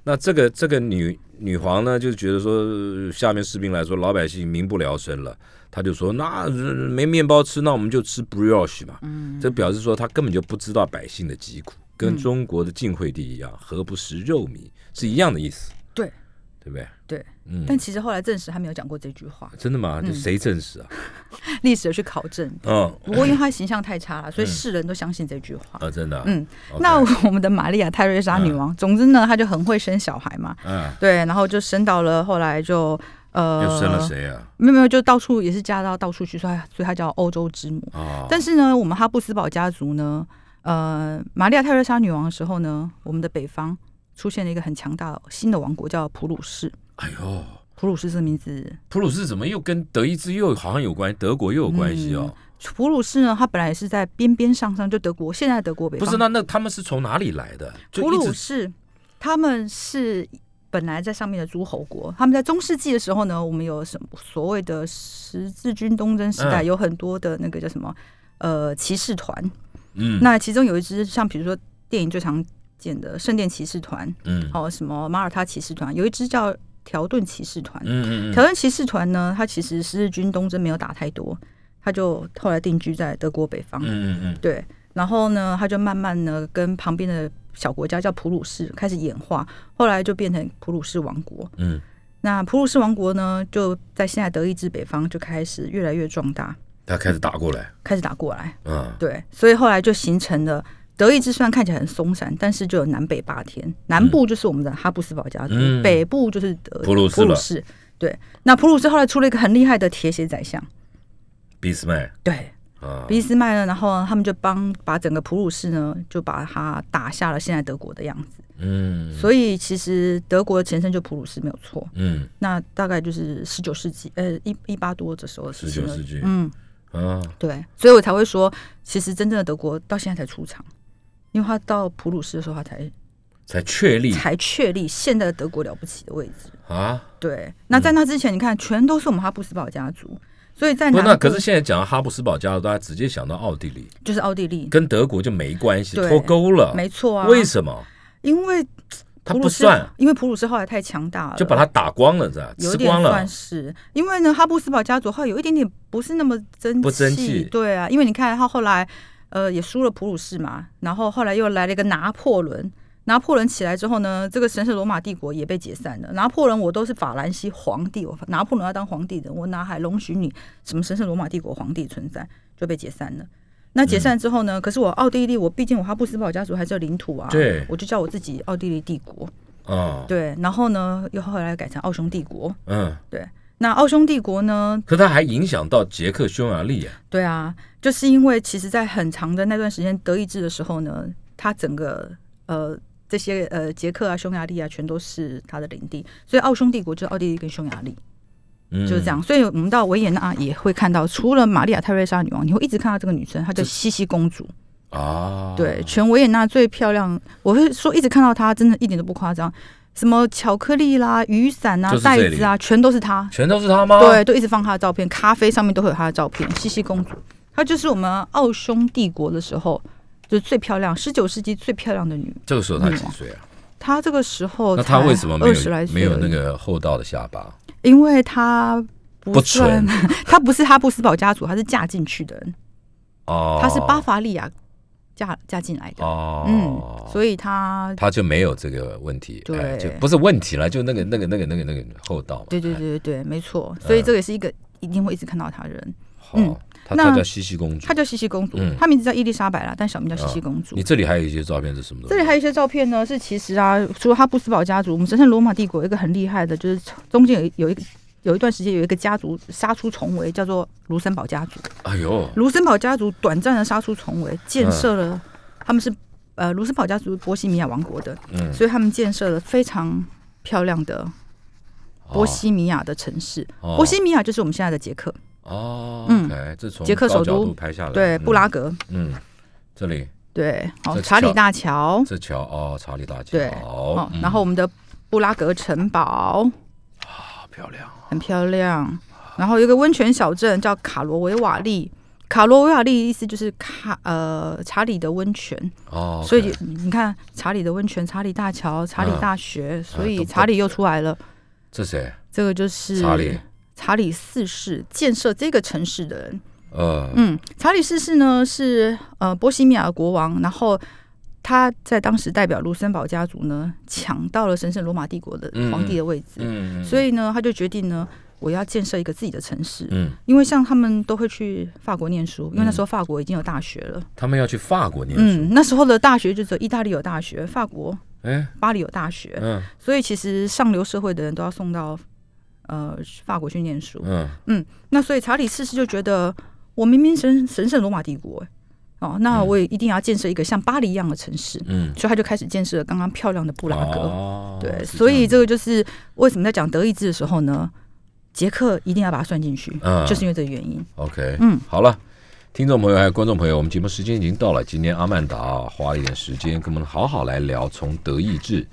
B: 那这个这个女女皇呢，就觉得说呃下面士兵来说，老百姓民不聊生了，她就说那呃没面包吃，那我们就吃 brioche 嘛。嗯，这表示说她根本就不知道百姓的疾苦，跟中国的晋惠帝一样，何不食肉糜是一样的意思，
C: 对
B: 对不对？
C: 对，
B: 嗯，
C: 但其实后来证实他没有讲过这句话，
B: 真的吗？这谁证实啊？
C: 历史有去考证。
B: 嗯，
C: 不过因为他形象太 差了，所以世人都相信这句话。
B: 啊，真的啊。
C: 嗯
B: OK，
C: 那我们的玛利亚泰瑞莎女王，总之呢，她就很会生小孩嘛，
B: 嗯，
C: 对，然后就生到了后来就呃，
B: 又生了？谁啊？
C: 没有没有，就到处也是嫁到到处去，所以她所以她叫欧洲之母。
B: 哦，
C: 但是呢，我们哈布斯堡家族呢，呃，玛利亚泰瑞莎女王的时候呢，我们的北方出现了一个很强大的新的王国，叫普鲁士。
B: 哎呦，
C: 普鲁士这个名字，
B: 普鲁士怎么又跟德意志又好像有关，德国又有关系
C: 嗯
B: 哦？
C: 普鲁士呢，它本来也是在边边上上，就德国现在的德国北
B: 不
C: 方。
B: 是，那那他们是从哪里来的？就
C: 普
B: 一
C: 鲁
B: 直
C: 士他们是本来在上面的诸侯国，他们在中世纪的时候呢，我们有什么所谓的十字军东征时代，
B: 嗯
C: 有很多的那个叫什么呃骑士团。
B: 嗯
C: 那其中有一支，像比如说电影最常见的圣殿骑士团，
B: 嗯
C: 哦，什么马耳他骑士团，有一支叫条顿骑士团。
B: 嗯嗯
C: 条顿骑士团呢，它其实十日军东征没有打太多，它就后来定居在德国北方。
B: 嗯嗯
C: 对，然后呢，它就慢慢呢跟旁边的小国家叫普鲁士开始演化，后来就变成普鲁士王国。
B: 嗯，
C: 那普鲁士王国呢，就在现在德意志北方就开始越来越壮大，
B: 他开始打过来，
C: 开始打过来。
B: 嗯，
C: 对，所以后来就形成了德意志虽然看起来很松散，但是就有南北霸天，南部就是我们的哈布斯堡家族，
B: 嗯
C: 北部就是德
B: 普鲁士
C: 普鲁
B: 了
C: 士。对，那普鲁士后来出了一个很厉害的铁血宰相，
B: 俾斯麦
C: 对，
B: 啊，
C: 俾斯麦呢，然后他们就帮把整个普鲁士呢，就把它打下了现在德国的样子。
B: 嗯
C: 所以其实德国的前身就普鲁士没有错，
B: 嗯，
C: 那大概就是十九世纪，呃，一一八多的时候的事
B: 十
C: 情
B: 九
C: 了
B: 世纪
C: 嗯，
B: 啊，
C: 对，所以我才会说，其实真正的德国到现在才出场，因为他到普鲁士的时候，他才
B: 才确立
C: 才确立现在的德国了不起的位置。
B: 啊。
C: 对，那在那之前，你看，全都是我们哈布斯堡家族，所以在
B: 不是，
C: 南
B: 那
C: 部
B: 可是现在讲到哈布斯堡家族，大家直接想到奥地利，
C: 就是奥地利，
B: 跟德国就没关系，
C: 对
B: 脱钩了。
C: 没错啊。
B: 为什么？
C: 因为
B: 它
C: 普鲁
B: 不
C: 士
B: 算，
C: 因为普鲁士后来太强大了，
B: 就把它打光了，是吧？
C: 有
B: 吃
C: 点
B: 光了
C: 算。是，因为呢，哈布斯堡家族后来有一点点不是那么争气，
B: 不争气
C: 对啊，因为你看他后来呃也输了普鲁士嘛，然后后来又来了一个拿破仑。拿破仑起来之后呢，这个神圣罗马帝国也被解散了。拿破仑我都是法兰西皇帝，我拿破仑要当皇帝的，我哪还容许你什么神圣罗马帝国皇帝存在？就被解散了。那解
B: 嗯
C: 散之后呢？可是我奥地利，我毕竟我哈布斯堡家族还是有领土啊，
B: 对
C: 我就叫我自己奥地利帝国。
B: 啊，
C: 对，然后呢，又后来改成奥匈帝国。
B: 嗯，
C: 对，那奥匈帝国呢？
B: 可它还影响到捷克、匈牙利啊。
C: 对啊，就是因为其实，在很长的那段时间，德意志的时候呢，它整个呃这些呃捷克啊、匈牙利啊，全都是它的领地，所以奥匈帝国就是奥地利跟匈牙利
B: 嗯，
C: 就是这样。所以我们到维也纳也会看到，除了玛利亚泰瑞莎女王，你会一直看到这个女生，她叫茜茜公主。
B: 啊。
C: 对，全维也纳最漂亮，我会说一直看到她，真的一点都不夸张。什么巧克力啦、雨伞啊
B: 就、是这
C: 袋
B: 里
C: 子啊，全都是她，
B: 全都是他吗？
C: 对，都一直放她的照片，咖啡上面都会有她的照片。茜茜公主，她就是我们奥匈帝国的时候就是最漂亮，十九世纪最漂亮的女。
B: 这个时候他几岁啊？
C: 她这个时候，
B: 那他为什么没
C: 哦二十来
B: 有
C: 岁？
B: 没有那？个厚道的下巴？
C: 因为她不
B: 不
C: 算
B: 纯，
C: 她不是哈布斯堡家族，她是嫁进去的人，
B: 哦，
C: 她是巴伐利亚嫁嫁进来的。
B: 哦，
C: 嗯，所以她
B: 他就没有这个问题，
C: 对
B: 哎就不是问题了，就那个那个那个那个那个厚道嘛。
C: 对对
B: 哎，
C: 对对对，没错，所以这个也是一个一定会一直看到她的人。嗯
B: 好，他
C: 那
B: 他叫茜茜公主
C: 她。叫茜茜公主
B: 嗯，
C: 她名字叫伊丽莎白啦，但小名叫茜茜公主
B: 你。这里还有一些照片是什么东西？
C: 这里还有一些照片呢，是其实啊，除了哈布斯堡家族，我们神圣罗马帝国有一个很厉害的，就是中间有一有一有一段时间有一个家族杀出重围，叫做卢森堡家族。
B: 哎呦，
C: 卢森堡家族短暂的杀出重围，建设了，他们是呃卢森堡家族是波西米亚王国的，
B: 嗯
C: 所以他们建设了非常漂亮的波西米亚的城市。
B: 哦
C: 波西米亚就是我们现在的捷克，
B: 哦，
C: 嗯
B: ，OK，这从
C: 捷克首
B: 高角
C: 都
B: 度拍下来，
C: 对，
B: 嗯
C: 布拉，格，
B: 嗯，这里
C: 对，哦，
B: 这
C: 查理
B: 桥
C: 大桥，
B: 这桥哦，查理大桥，
C: 对，哦
B: 哦，，
C: 然后我们的布拉格城堡
B: 啊好漂亮，
C: 很漂亮，然后有一个温泉小镇叫卡罗维瓦利，卡罗维瓦利意思就是卡呃查理的温泉
B: 哦，
C: 所以你你看查理的温泉、查理大桥、查理大学，所
B: 都
C: 以查理又出来了。
B: 这谁？
C: 这个就是
B: 查理，
C: 查理四世建设这个城市的人。
B: 呃，
C: 嗯，查理四世呢是呃波西米亚的国王，然后他在当时代表卢森堡家族呢抢到了神圣罗马帝国的皇帝的位置，
B: 嗯，
C: 所以呢他就决定呢我要建设一个自己的城市，
B: 嗯，
C: 因为像他们都会去法国念书，因为那时候法国已经有大学了，
B: 他们要去法国念
C: 嗯，
B: 书，
C: 那时候的大学就只有意大利有大学，法国
B: 哎，
C: 巴黎有大学，
B: 嗯
C: 所以其实上流社会的人都要送到呃法国去念书，
B: 嗯，
C: 那所以查理四世就觉得，我明明神神圣罗马帝国、欸，哦，那我也一定要建设一个像巴黎一样的城市，
B: 嗯，
C: 所以他就开始建设了刚刚漂亮的布拉格。
B: 哦
C: 对，
B: 是
C: 所以
B: 这
C: 这个就是为什么在讲德意志的时候呢，捷克一定要把它算进去，
B: 嗯
C: 就是因为这个原因。
B: 样 OK，
C: 嗯，
B: 好了。听众朋友还有观众朋友，我们节目时间已经到了。今天阿曼达花了一点时间跟我们好好来聊，从德意志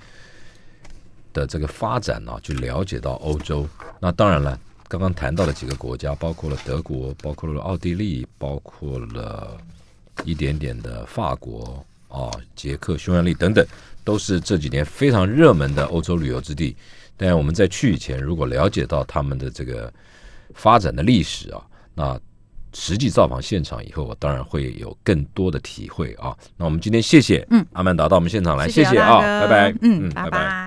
B: 的这个发展呢、去了解到欧洲。那当然了，刚刚谈到的几个国家，包括了德国，包括了奥地利，包括了一点点的法国啊、捷克、匈牙利等等，都是这几年非常热门的欧洲旅游之地。但我们在去以前，如果了解到他们的这个发展的历史啊，那实际造访现场以后，我当然会有更多的体会啊。那我们今天谢谢
C: 嗯
B: 阿曼达到我们现场来，
C: 谢
B: 谢啊，
C: 姚大
B: 拜
C: 哥
B: 拜，
C: 嗯，拜
B: 拜
C: 拜